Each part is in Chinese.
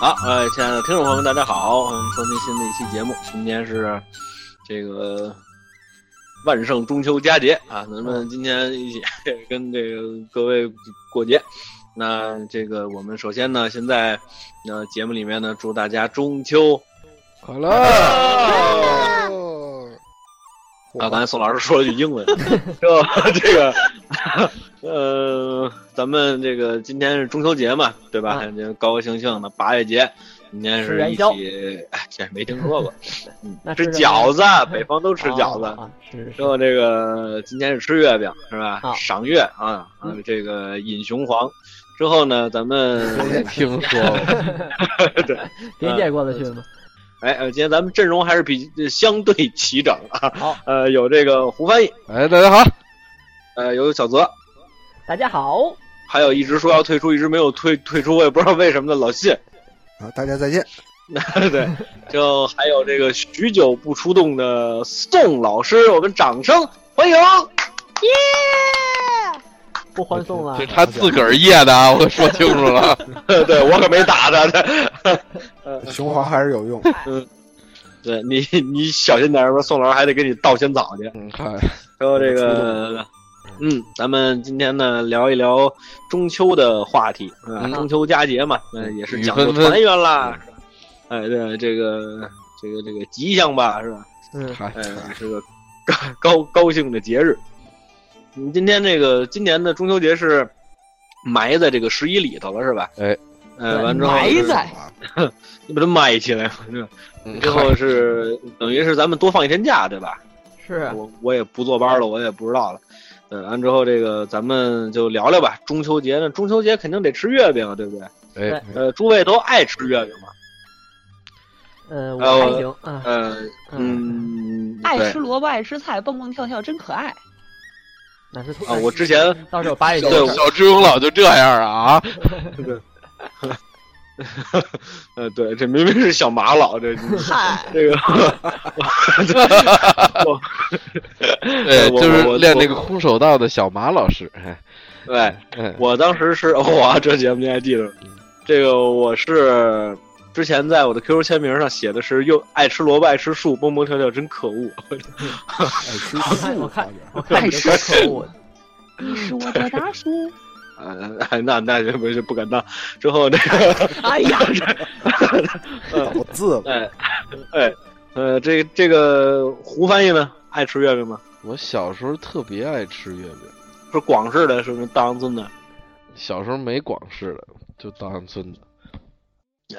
好，呃，亲爱的听众朋友们，大家好，欢迎收听新的一期节目。今天是这个万圣中秋佳节啊，咱们今天一起跟这个各位过节。那这个我们首先呢，现在呃节目里面呢，祝大家中秋快乐！啊，刚才宋老师说了句英 文，这这个，呃，咱们这个今天是中秋节嘛，对吧？嗯这高高兴兴的八月节，今天吃是元一宵起，哎，这没听说 过，嗯那吃吃什么饺子，北方都吃饺子。啊，是是然后这个今天是吃月饼是吧？啊赏月啊，啊嗯这个饮雄黄。之后呢，咱 们听说了，理解过得去吗？哎，呃今天咱们阵容还是比相对齐整啊。好， 呃，有这个胡翻译，哎，大家好，呃，有小泽，大家好，还有一直说要退出，一直没有退退出，我也不知道为什么的老谢，啊，大家再见。 对，就还有这个许久不出动的宋老师，我们掌声欢迎。不欢送啊了这，他自个儿夜的啊，我说清楚了。 对我可没打他，对，呃雄黄还是有用， 对你你小心点儿，要不然宋老师还得给你倒仙草去。嗯，嗨，然后这个，嗯，咱们今天呢聊一聊中秋的话题，啊，嗯中秋佳节嘛，嗯，也是讲究雨纷纷团圆啦，是吧哎，对，这个这个这个吉祥吧，是吧？嗯，嗨，嗯，是个高高高兴的节日。你今天这个今年的中秋节是埋在这个十一里头了，是吧？哎，呃，完之后埋是在啊你把它埋起来嘛，是吧？嗯之后是等于是咱们多放一天假，对吧？是啊我我也不坐班了，我也不知道了。嗯，完之后这个咱们就聊聊吧。中秋节呢，中秋节肯定得吃月饼，对不对？哎，呃，诸位都爱吃月饼吗？呃，我呃还我行啊，呃，，嗯，对爱吃萝卜，爱吃菜，蹦蹦跳跳，真可爱。那是啊，我之前到时候八月节对小志勇老就这样啊？呃，对，这明明是小马老，这嗨， 这个，对，哎我就是我练那个空手道的小马老师。哎对嗯我当时是 哇，这节目你还记得吗？这个我是之前在我的 QQ 签名上写的是又爱吃萝卜爱吃树，蹦蹦跳跳真可恶。 爱吃我看我看素差点我看你这个可恶， 你是我的 大叔。呃，哎那那就不就不敢当。之后这 个，哎呀，倒字了。 哎哎呃，这这个胡翻译呢，爱吃月饼吗？我小时候特别爱吃月饼，是广式的，是不是大杨村的？小时候没广式的，就稻香村的。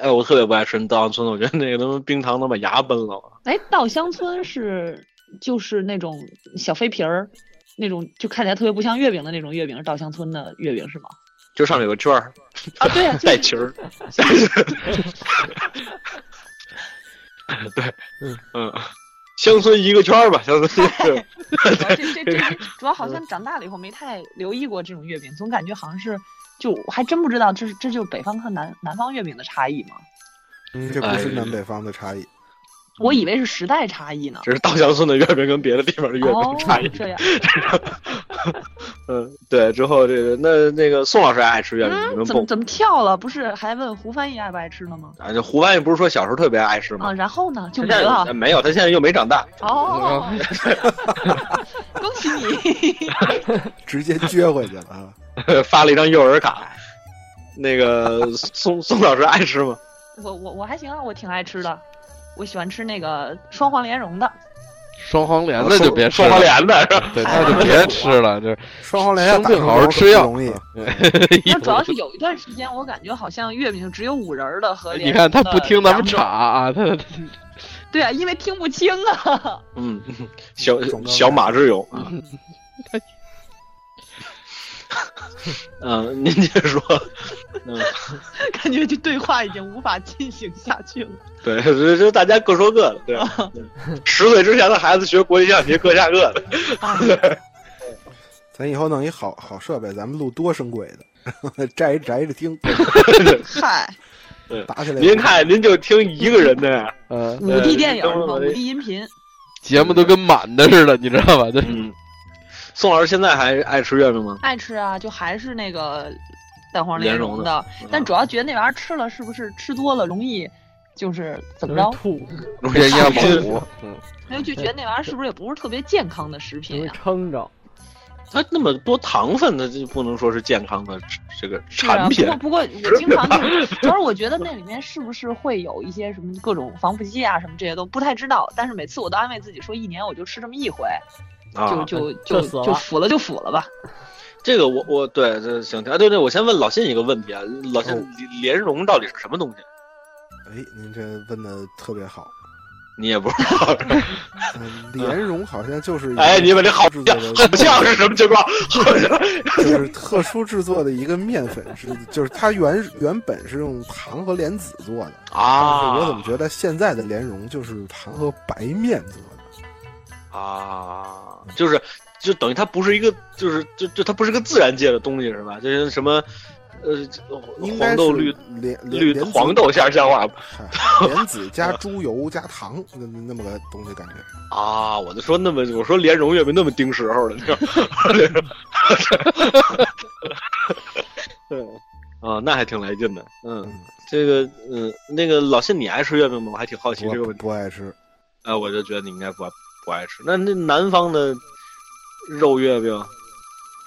哎，我特别不爱吃大杨村的，我觉得那个他妈冰糖能把牙崩了。哎，稻香村是就是那种小飞皮儿，那种就看起来特别不像月饼的那种月饼，是稻香村的月饼 是吗？就上面有个圈儿，哎啊，对呀、就 带是旗儿。对，嗯嗯，乡村一个圈儿吧，乡村一个主要这这这些，主要好像长大了以后没太留意过这种月饼，总感觉好像是就我还真不知道这是这就是北方和南南方月饼的差异嘛，嗯，这哎不是南北方的差异。我以为是时代差异呢。只是稻香村的月饼跟别的地方的月哦饼差异。，这样，嗯，对。之后这个那那个宋老师爱吃月饼，你们啊嗯怎么不？怎么跳了？不是还问胡翻译爱不爱吃了吗？啊，这胡翻译不是说小时候特别爱吃啊，吗？然后呢就他没现在了。没有，他现在又没长大。哦， 恭喜你！ 直接撅回去了 啊！发了一张幼儿卡。那个宋宋老师爱吃吗？我我我还行啊，我挺爱吃的，我喜欢吃那个双黄莲蓉的。双黄连的就别吃双黄了，连的是吧？对，那就别吃了，就是双黄连要打生病好好吃药不容易，啊那主要是有一段时间，我感觉好像月饼就只有五仁儿的和哎你莲看蓉的他不听咱们两种茬。啊，他对啊，因为听不清啊。 嗯，小总纲小马之勇啊。 嗯，您接着说。嗯，感觉这对话已经无法进行下去了。对，这这大家各说各的。对，哦 十岁之前的孩子学国际象棋，各下各 的。哎咱以后弄一好好设备，咱们录多声轨的， 摘一摘着 听，嗨，打起来。您，看，您就听一个人的 呀。嗯，五 D 电影等会是儿吗？我五这 D 音频。节目都跟满的似的，你知道吧？就是嗯，宋老师现在还爱吃月饼吗？爱吃啊，就还是那个蛋黄莲莲蓉蓉的的， 但嗯主要觉得那玩意儿吃了是不是吃多了容易就是怎么着容易，吐，容易人家啊上瘾猛虎，嗯，然后就觉得那玩意儿是不是也不是特别健康的食容品易呀、撑着。它那么多糖分，它就不能说是健康的这个是啊，产不品过。不 过我经常就是，主要是我觉得那里面是不是会有一些什么各种防腐剂啊什么这些都不太知道，但是每次我都安慰自己说一年我就吃这么一回，就啊，就就就死了就腐了就腐了吧。这个我我对这行啊，对对，我先问老信一个问题啊，老信哦莲莲蓉到底是什么东西？哎，您这问的特别好。你也不知 道。嗯莲蓉好像就是一个哎，你们这好制作像的，好像是什么情况？好像就是特殊制作的一个面粉制，就是它原原本是用糖和莲子做的，啊但是我怎么觉得现在的莲蓉就是糖和白面做的？啊，就是就等于它不是一个，就是就就它不是个自然界的东西是吧？就是什么呃应该黄是豆绿莲绿莲黄豆馅儿像话吗嗨莲子加猪油加糖，那那那么个东西感觉。啊，我就说那么我说莲蓉月饼那么盯时候了，那个对啊，那还挺来劲的，嗯。嗯，这个，嗯，那个老信，你爱吃月饼吗？我还挺好奇这个我问题。不爱吃，哎、我就觉得你应该不爱不爱吃。那那南方的肉月饼，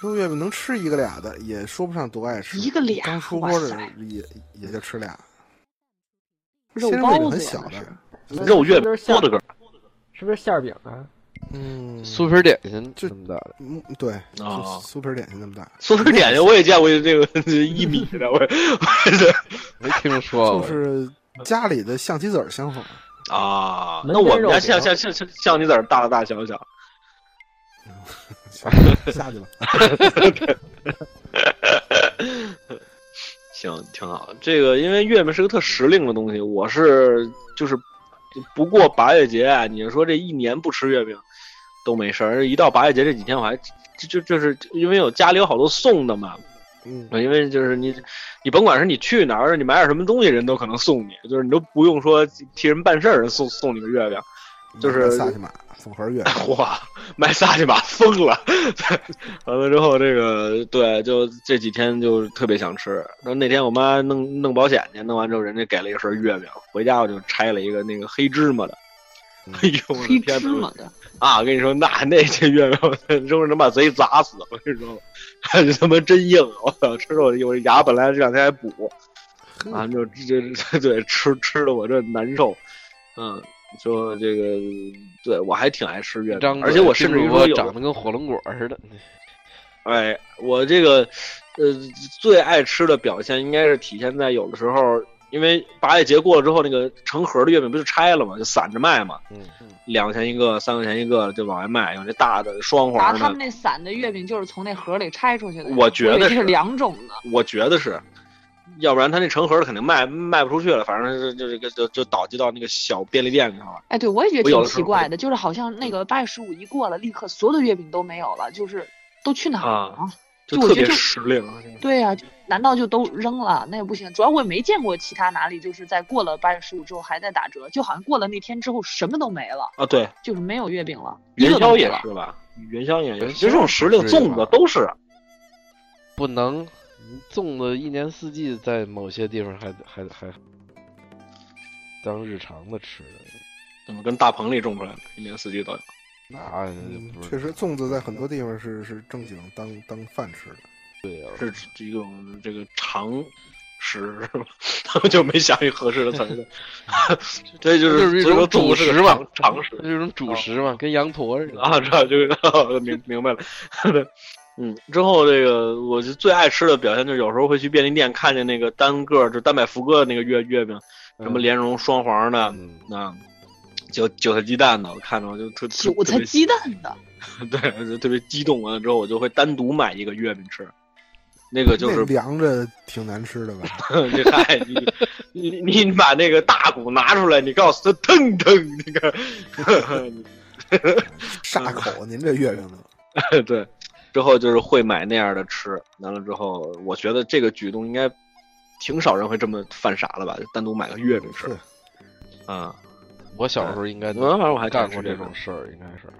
肉月饼能吃一个俩的，也说不上多爱吃。一个俩刚出锅哇的塞也也就吃俩。肉鲜肉也包很子小呀那是的，肉月饼是不是多馅的个是不是馅儿饼啊？嗯，酥皮点心就这么大的，嗯对，儿啊就。酥皮儿点心那么大，酥皮点心我也见过，这个一米的，我我没听说哦就过。是家里的象棋子 儿相仿。啊。门那我边们肉家饼像像像像像你子儿大大小小，下下去吧。行，挺好。这个因为月饼是个特时令的东西，我是就是不过八月节啊，你说这一年不吃月饼都没事儿，一到八月节这几天我还就就就是因为有家里有好多送的嘛，嗯，因为就是你你甭管是你去哪儿，你买点什么东西，人都可能送你，就是你都不用说替人办事儿，人送送你个月饼。就是萨琪玛送 盒月饼，哇，卖萨去吧，疯了！ 完了之后，这个对，就这几天就特别想吃。然后那天我妈弄弄保险去，弄完之后人家给了一份月饼，回家我就拆了一个那个黑芝麻的。 哎呦，我黑的天芝麻哪！的，啊，我跟你说，那那这月饼扔着能把贼砸死，我跟你说，这 他妈真硬！我操，吃的我我牙本来这两天还补，啊，就这这对吃吃的我这难受，嗯，说这个对我还挺爱吃月一张饼，嘴而且我甚至这于主说播有，长得跟火龙果似的，哎，我这个呃最爱吃的表现应该是体现在有的时候，因为八月节过了之后，那个成盒的月饼不就拆了嘛，就散着卖嘛，嗯，两块钱一个，三块钱一个就往外卖，有那大的双然黄后的，他们那散的月饼就是从那盒里拆出去的呀，我觉得以为这是是两种的。我觉得是，要不然他那成盒的肯定卖卖不出去了，反正就就这个就就导致到那个小便利店去了。哎，对我也觉我得有挺的时候奇怪的，就是好像那个八月十五一过了，立刻所有的月饼都没有了，就是都去哪儿了？啊就就我特觉得别就时令啊。这个对呀、就难道就都扔了？那也不行。主要我也没见过其他哪里就是在过了八月十五之后还在打折，就好像过了那天之后什么都没了，啊，对，就是没有月饼了，一元个都宵没也了。是吧？元宵也是，元其实这种时令宵是粽子吧都是不能。粽子一年四季在某些地方还还还当日常的吃的，怎么跟大棚里种出来的，一年四季都有。那嗯不是确实，粽子在很多地方是是正经当当饭吃的。对呀、是一种这个常识， 是吧？他们就没想一合适的词儿了， 所以就就是是一所以说种粽主子是食个嘛常，常识。这种主食嘛，跟羊驼似 的。啊，这就是明明白了。 嗯，之后这个我就最爱吃的表现就是有时候会去便利店看见那个单个儿就单买福哥那个月月饼，什嗯么莲蓉双黄的，嗯，啊，韭韭菜鸡蛋的，我看着我就特特韭菜鸡蛋的，特别 对，我就特别激动。完了之后，我就会单独买一个月饼吃。那个就是那凉着挺难吃的 吧？你嗨，你你你你把那个大骨拿出来，你告诉他腾腾那个，煞口，您这 月饼的，对，之后就是会买那样的吃，完了之后，我觉得这个举动应该挺少人会这么犯傻了吧？就单独买个月饼吃是啊，我小时候应该嗯反正我还干挺过吃这这个种事儿，应该是。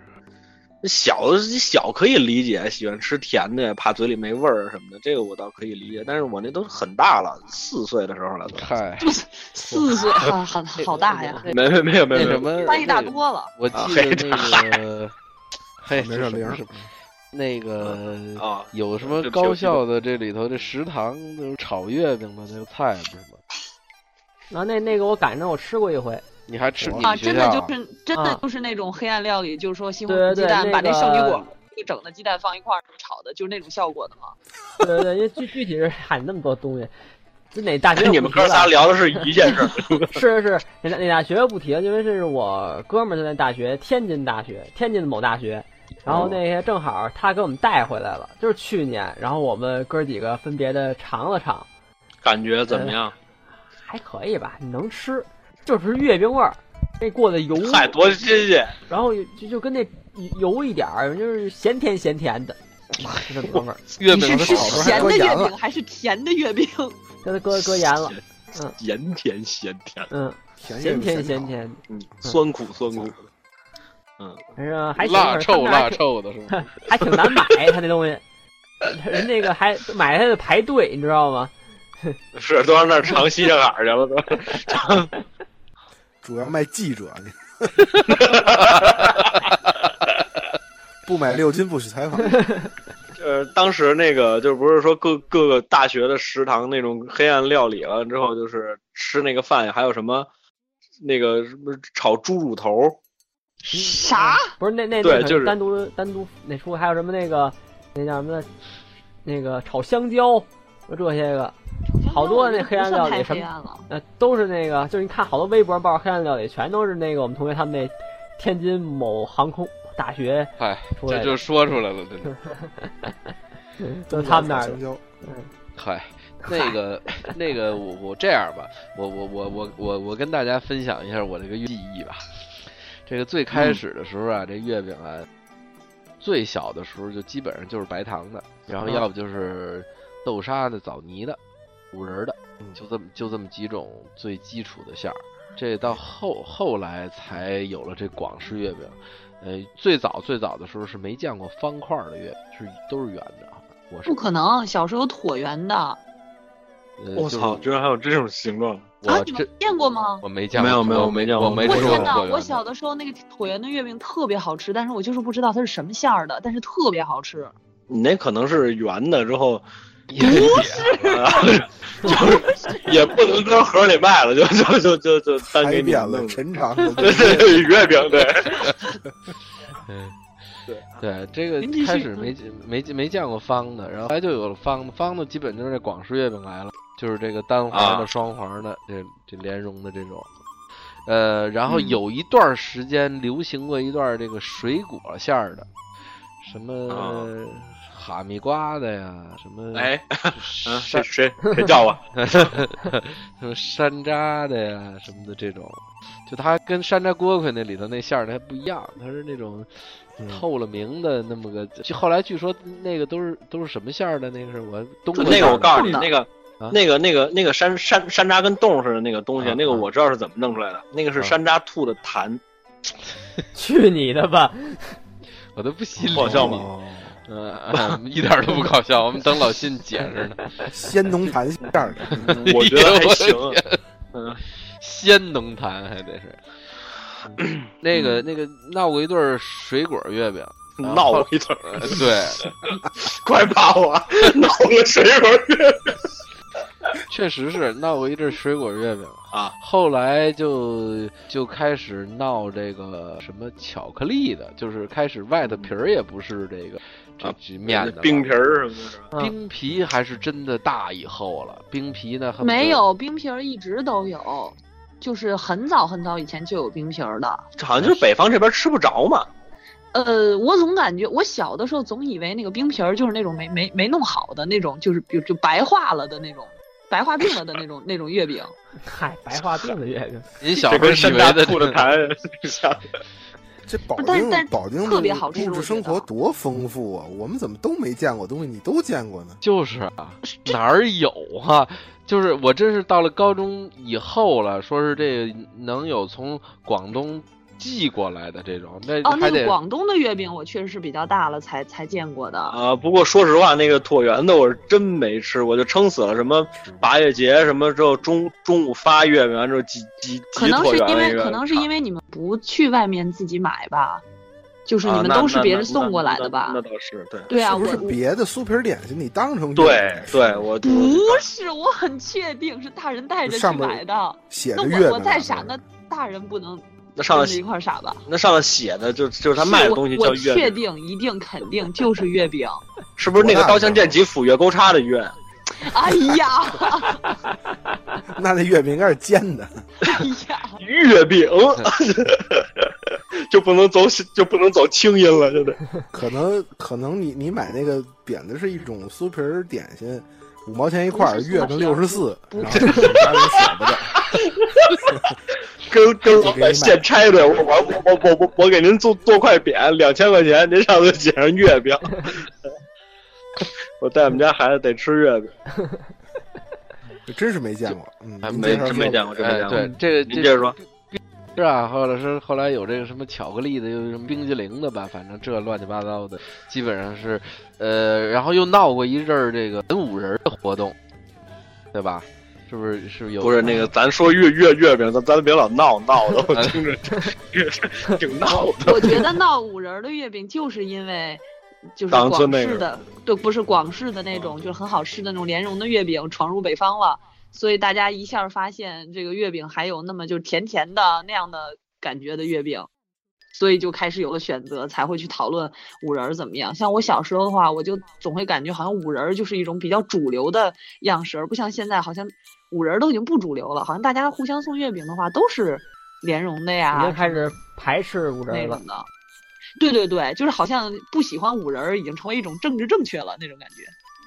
小的小可以理解，喜欢吃甜的，怕嘴里没味儿什么的，这个我倒可以理解。但是我那都很大了，四岁的时候了都。嗨， 四岁，好好好大呀，没没没有没那有没什有，么翻译大那多了。我啊记黑得那个，嘿， 没这 什事么零嗯什么那个啊有什么对不起高我记校的这里头这食堂那种炒月饼的那个菜不是吗？然后那那个我赶上我吃过一回，你还吃你啊，们学真的校就？是真的啊就是那种黑暗料理，就是说西红对柿对鸡蛋那把这个圣女果一整的鸡蛋放一块儿炒的，就是那种效果的嘛。对对对，因为具具体是喊那么多东西，这哪大学跟我 你们不知哥仨道聊的是一件事 儿。是是，哪哪大学不提了，因为这是我哥们儿在那大学，天津大学，天津的某大学。然哦后那天正好他给我们带回来了，就是去年。然后我们哥几个分别的尝了尝，感觉怎么样？还可以吧，能吃，就是月饼味儿，那过的油，嗨，多新鲜！然后就就跟那油一点儿，就是咸甜咸甜的，哎就这么个味儿。月你饼和是吃炒还的咸搁的盐月了饼还是甜的月饼？现在搁搁盐了，咸甜咸甜，嗯，哎甜咸甜甜咸，甜，嗯，酸苦酸苦。嗯反正还行辣臭反正辣臭的是吗？还挺难买，他那东西，人那个还买他得排队，你知道吗？是都上那儿尝西正海去了，都尝主要卖记者，你 不买六斤不许采访。呃，当时那个就不是说各各个大学的食堂那种黑暗料理完了之后，就是吃那个饭，还有什么那个什么炒猪乳头，啥？不是那那对那可就是单独单独那出还有什么那个那叫什么那个炒香蕉，这些个好多那黑暗料理不算太什黑么暗了。呃都是那个，就是你看好多微博报黑暗料理，全都是那个我们同学他们那天津某航空大学嗨，出来这的，嗯就说出来了，真的。就是他们那儿香蕉，嗨，那个那个，我我这样吧，我我我我我我跟大家分享一下我这个记忆吧。这个最开始的时候啊，这月饼啊，最小的时候就基本上就是白糖的，然后嗯要不就是豆沙的、枣泥的、五仁儿的，就这么就这么几种最基础的馅儿。这到后后来才有了这广式月饼，呃，最早最早的时候是没见过方块儿的月饼，是都是圆的啊。我是不可能，小时候有椭圆的啊！呃我就是操，居然还有这种形状！我啊你这们见过吗？我没见没过，有没有我没见过我没我吃过真的椭，圆我小的时候那个椭圆的月饼特别好吃，但是我就是不知道它是什么馅儿的，但是特别好吃。你那可能是圆的，之后不是，啊 就是也不能搁盒里卖了，就就就就就单拍给你遍弄了了。 陈长的对 对对，月饼对，嗯对对，这个啊您继续开始没嗯见没见没见过方的，然后后来就有了方的，方的基本就是这广式月饼来了，就是这个单黄啊的、双黄的，这这莲蓉的这种。呃，然后嗯有一段时间流行过一段这个水果馅儿的，什啊么哈密瓜的呀，什么哎，嗯，谁山谁谁叫我？什么山楂的呀什么的这种，就它跟山楂锅盔那里头那馅儿的还不一样，它是那种嗯透了明的那么个。就后来据说那个都是都是什么馅儿的？那个是我冬瓜那馅个儿我的告诉你，冻的那个啊那个那个那个山山山楂跟冻似的那个东西啊，那个啊我知道是怎么弄出来的，那个是啊山楂吐的 痰，去你的吧！ 我都不信 好笑吗哦 嗯、啊一点儿都不搞笑。我们等老信解释呢。 鲜浓痰馅儿的，我觉得还行。哎我的鲜浓痰还得是。嗯那个那个闹过一对儿水果月 饼，然后闹我一顿，呃对，快把我 闹个水果 月确实是闹过一阵儿水果月饼，啊！后来就就开始闹这个什么巧克力的，就是开始外头皮儿也不是这个这啊这面的了冰皮儿什么的是吧，嗯冰皮还是真的大以后了。冰皮呢，恨不得没有冰皮儿，一直都有，就是很早很早以前就有冰皮儿的。好像就是北方这边吃不着 嘛。呃，我总感觉我小的时候总以为那个冰皮儿就是那种没没没弄好的那种，就是比如就白化了的那种，白化病了的那种那种月饼。嗨，白化病的月饼，您小这跟时山候以为楂的吐的痰像。这保不是但定但保定特别好吃物质生我活觉得多丰富啊！我们怎么都没见过东西，你都见过呢？ 就是啊，哪儿有啊？就是我真是到了高中以后了，说是这能有从广东寄过来的这种，那哦， 还那得个广东的月饼我确实是比较大了才才见过的。啊，不过说实话，那个椭圆的我是真没吃，我就撑死了。什么八月节什么之后中中午发月饼，完之后几几可几能椭是圆那因为个，啊可能是因为你们不去外面自己买吧，就是啊你们那都是那别人那送过来那的吧那？倒是对对啊，是我不是我别的酥皮儿点心你当成对对，我不是，我很确定是大人带着上去面买的。写那着月我饼我啊，再傻，这那是大人不能那上跟了着一块儿傻吧？那上面写的就就是他是卖的我东西叫我确月饼，定一定肯定就是月饼。是不是那个刀枪剑戟斧钺钩叉的钺？哎呀， 那那月饼应该是煎的，哎呀，月饼嗯 就不能走就不能走清音了，就得可能可能你你买那个点的是一种酥皮儿点心，五毛钱一块儿，不是酥皮月儿饼六十四，不然后 你们家人舍不得，跟跟老板现拆的。我我我我我我给您做做块匾，两千块钱，您上头写上月饼。 我带我们家孩子得吃月饼，真是没见过，嗯哎，您没介真绍说没吧见过，真没哎，见过。对，这个您接着说，是啊，或者是后来有这个什么巧克力的，有什么冰激凌的吧，反正这乱七八糟的，基本上是，呃，然后又闹过一阵儿这个人五人儿的活动，对吧？是不是？是不是有不是那个，咱说月月月饼，咱咱别老闹闹的，我听着 挺挺闹 的。我觉得闹五仁儿的月饼就是因为。就是大广洋村那式个嗯的，对，不是广式的那种，就是很好吃的那种莲蓉的月饼闯入北方了，所以大家一下发现这个月饼还有那么就是甜甜的那样的感觉的月饼，所以就开始有了选择，才会去讨论五仁儿怎么样。像我小时候的话，我就总会感觉好像五仁儿就是一种比较主流的样式，而不像现在好像五仁儿都已经不主流了，好像大家互相送月饼的话都是莲蓉的呀，已经开始排斥五啊那仁了种。的。对对对，就是好像不喜欢五仁儿已经成为一种政治正确了那种感觉。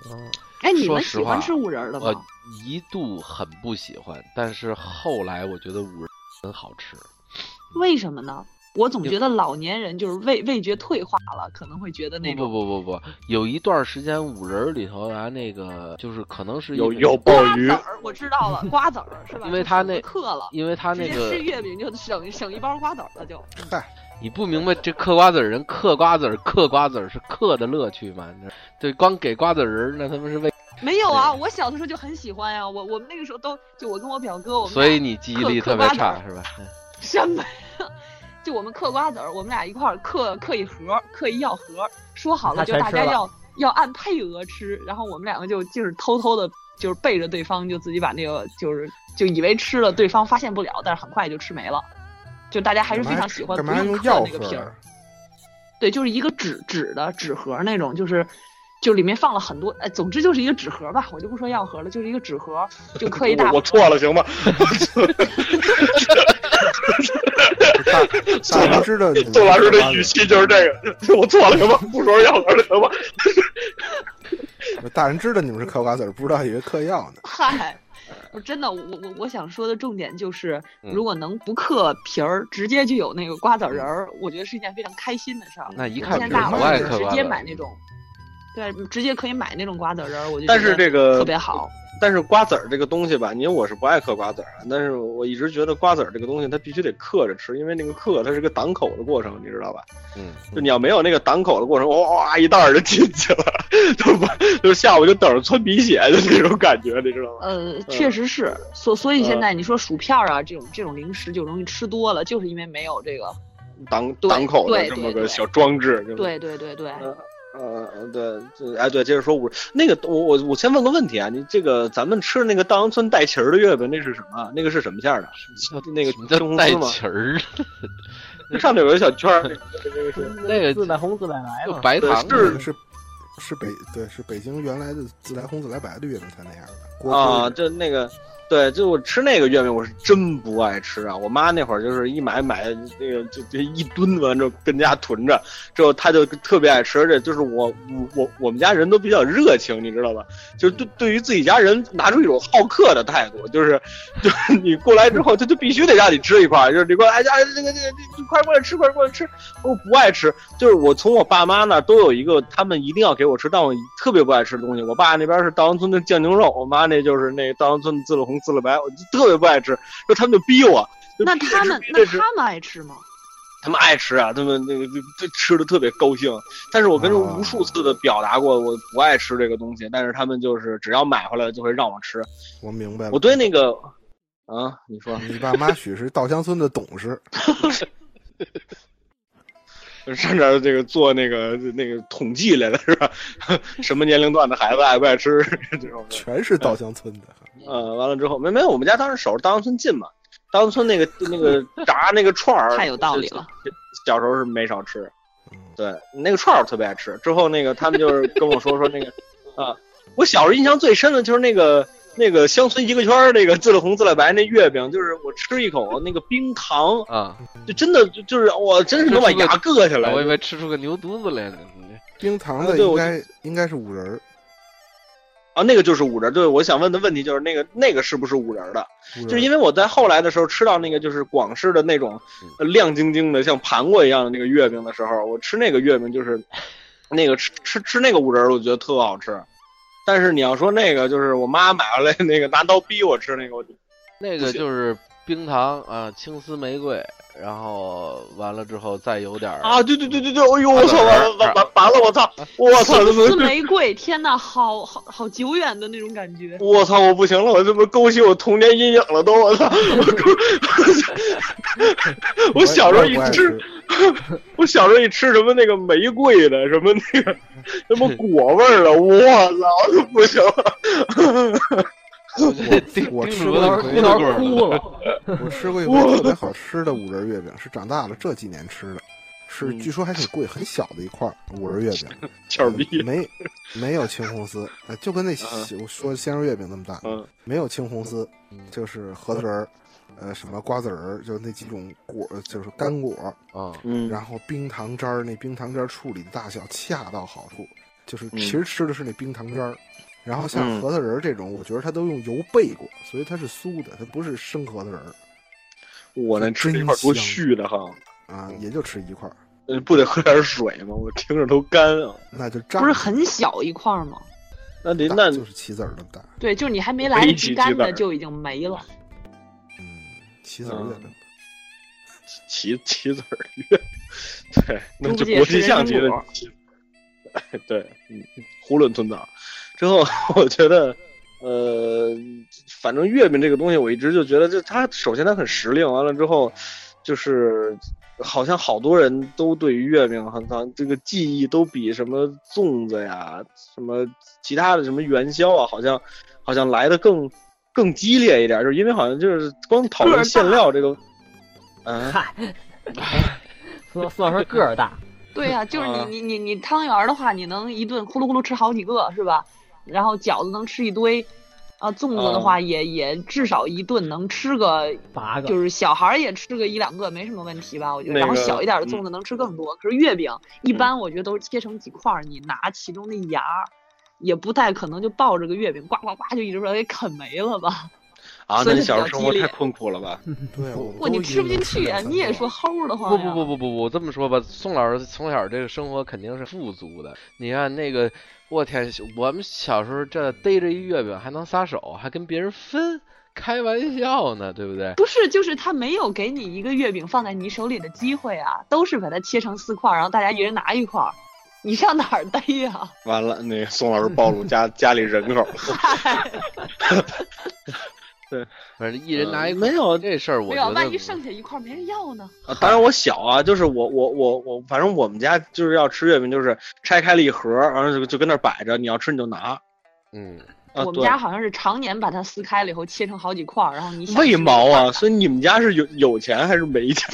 嗯，哎，你说们实喜话欢吃五仁儿的我吗？一度很不喜欢，但是后来我觉得五仁很好吃，为什么呢？我总觉得老年人就是味味觉退化了，可能会觉得那不不种不不不，有一段时间五仁儿里头啊，那个就是可能是因有为有鲍瓜子鱼，儿，我知道了，瓜子儿是吧？因为就他省那得嗑了，因为他直那接个吃月饼就省省一包瓜子儿了就。你不明白这嗑瓜子儿人嗑瓜子儿嗑瓜子儿是嗑的乐趣吗？你知道对，光给瓜子仁儿那他们是为，没有啊，我小的时候就很喜欢呀、我我们那个时候都就我跟我表哥，我们所俩以你记忆嗑力嗑特别瓜子差儿是吧？嗯什么呀？就我们嗑瓜子儿，我们俩一块儿嗑嗑一盒，嗑一药盒，说好他了就全大吃家了要要按配额吃，然后我们两个就就是偷偷的，就是背着对方，就自己把那个就是就以为吃了，对方发现不了，但是很快就吃没了。就大家还是非常喜欢干不嘛用用嗑药那个盒皮儿儿，？对，就是一个纸纸的纸盒那种，就是。就里面放了很多，哎，总之就是一个纸盒吧，我就不说药盒了，就是一个纸盒，就嗑一大我我错了行吗？ 大家知道你们宋老师干嘛的语气就是这个， 我错了行吗？不说药盒了行吗？用大人知道你们是嗑瓜子儿，不知道以为嗑药呢。嗨，我真的，我我我想说的重点就是，嗯如果能不嗑皮儿，直接就有那个瓜子仁儿，我觉得是一件非常开心的事儿。那一看现就在是大不伙爱儿嗑直瓜子接儿嗯买那种，对，直接可以买那种瓜子仁儿，我就但觉是得这个特别好。但是瓜子儿这个东西吧，因为我是不爱嗑瓜子儿啊，但是我一直觉得瓜子儿这个东西它必须得嗑着吃，因为那个嗑它是个挡口的过程，你知道吧？嗯，就你要没有那个挡口的过程，哇一袋儿就进去了，就不就下午就等着窜鼻血，就那种感觉，你知道吗？呃，确实是，所所以现呃在你说薯片儿啊，这种这种零食就容易吃多了，就是因为没有这个。嗯挡对挡口的对这么对个对小装置，就是对对对对，呃，对，这哎，对，接着说五十那个，我我我先问个问题啊，你这个咱们吃那个大洋村带旗儿的月饼，那是什么？啊那个是什么馅儿的？那个什么青叫红带丝吗？旗儿， 那上面有个小圈 儿，那个那个是那个自带红自带白就嘛，白糖对是是是是北对是北京原来的自来红自来白的月饼才那样的锅盔啊，就那个，对，就我吃那个月饼，我是真不爱吃啊。我妈那会儿就是一买买那个就就一吨完之后跟家囤着，之后她就特别爱吃，而且就是我我我我们家人都比较热情，你知道吧？就是对对于自己家人拿出一种好客的态度，就是 就是你过来之后，他就必须得让你吃一块儿，就是你过来哎呀这个这个这个快过来吃，快过来吃。我不爱吃，就是我从我爸妈那儿都有一个，他们一定要给我吃，但我特别不爱吃的东西。我爸那边是稻香村的酱牛肉，我妈那就是那个稻香村的自了红自了白，我就特别不爱吃，就他们就逼我。就那逼着他吃们逼那着吃他们爱吃吗？他们爱吃啊，他们那个就就吃的特别高兴。但是我跟哦无数次的表达过我不爱吃这个东西，但是他们就是只要买回来了就会让我吃。我明白了。我对那个啊，你说你爸妈许是稻香村的董事，上这儿这个做那个那个统计来了是吧？ 什么年龄段的孩子爱不爱吃这种事？全是稻香村的。呃，完了之后没没有，我们家当时守着稻香村近嘛，稻香村那个那 个炸那个串儿太有道理了。小时候是没少吃，嗯对，那个串儿我特别爱吃。之后那个他们就是跟我说说那个啊，我小时候印象最深的就是那个那个乡村一个圈儿那个自了红自了白那月饼，就是我吃一口那个冰糖，啊，就真的就就是我真是能把牙硌下来我。以为吃出个牛犊子来呢。你这冰糖啊的对应我该应该是五仁儿，啊，那个就是五仁儿。对，我想问的问题就是那个那个是不是五仁儿的？五就是仁因为我在后来的时候吃到那个就是广式的那种呃亮晶晶的像盘过一样的那个月饼的时候，我吃那个月饼就是那个吃吃吃那个五仁儿，我觉得特好吃。但是你要说那个就是我妈买回来那个拿刀逼我吃那个，我那不个行就是冰糖啊，青丝玫瑰，然后完了之后再有点儿啊，对对对对对，啊哎呦啊我操，对完完完完了，我操，我操，这丝怎么玫瑰，天呐，好好好久远的那种感觉。我操，我不行了，我这不勾起我童年阴影了都， 我操，我勾我小时候我也一不爱吃吃。 我小时候一吃什么那个玫瑰的，什么那 个什么果味儿的，我操，我就不行了。我吃胡过头一胡回，头哭了，我 吃过一回特别好吃的五仁月饼，是长大了这几年吃的，是嗯据说还挺贵，很小的一块儿五仁月饼，俏逼，没没有青红丝，呃就跟那啊西我说鲜肉月饼那么大，嗯，没有青红丝，就是核桃仁儿，呃什么瓜子仁儿，就那几种果，呃就是干果，啊，嗯然后冰糖渣儿，那冰糖渣儿处理的大小恰到好处，就是嗯其实吃的是那冰糖渣儿。然后像嗯核桃仁儿这种，我觉得它都用油焙过，所以它是酥的，它不是生核桃仁儿我那吃一块多絮的哈，啊，也就吃一块儿，呃不得喝点水吗？我听着都干啊。那就炸不是很小一块儿吗？那得大那就是棋子儿那么大，对，就是你还没来得及干没一起鸡蛋呢，就已经没了。嗯，棋子儿月饼，棋棋子儿月，对，那猪不就戒国吃际人象参棋的果棋，对，嗯，囫囵吞枣。之后我觉得，呃，反正月饼这个东西，我一直就觉得，就它首先它很时令，完了之后，就是好像好多人都对于月饼好像这个记忆都比什么粽子呀、什么其他的什么元宵啊，好像好像来的更更激烈一点，就是因为好像就是光讨个儿论大馅料这个，嗯、嗨，苏苏老师个儿大，对呀、就是啊你你你你汤圆儿的话，你能一顿呼噜呼噜吃好几个是吧？然后饺子能吃一堆，啊，粽子的话也也至少一顿能吃个，八个，就是小孩儿也吃个一两个没什么问题吧？我觉得。那然后个小一点的嗯粽子能吃更多，可是月饼一般我觉得都是切成几块儿，你拿其中的一芽儿，也不太可能就抱着个月饼呱呱呱就一直把它给啃没了吧？啊，那所以你就小时候生比较活激太烈困苦了吧？对，我哇，你吃不进去呀、你也说齁的不慌呀。不不不不，我这么说吧，宋老师从小这个生活肯定是富足的。你看那个，我天，我们小时候这逮着一月饼还能撒手，还跟别人分，开玩笑呢，对不对？不是，就是他没有给你一个月饼放在你手里的机会啊，都是把它切成四块儿，然后大家一人拿一块儿，你上哪儿逮呀、完了，那个宋 老师暴露家家里人口了。反正一人拿一呃块没有这事儿，我没觉有，得万一剩下一块儿没人要呢？啊 当然我小啊，就是我我我我，反正我们家就是要吃月饼，就是拆开了一盒，然后就就跟那儿摆着，你要吃你就拿。嗯，啊，我们对，家好像是常年把它撕开了以后切成好几块儿，然后你想为吃毛就啊？所以你们家是有有钱还是没 钱？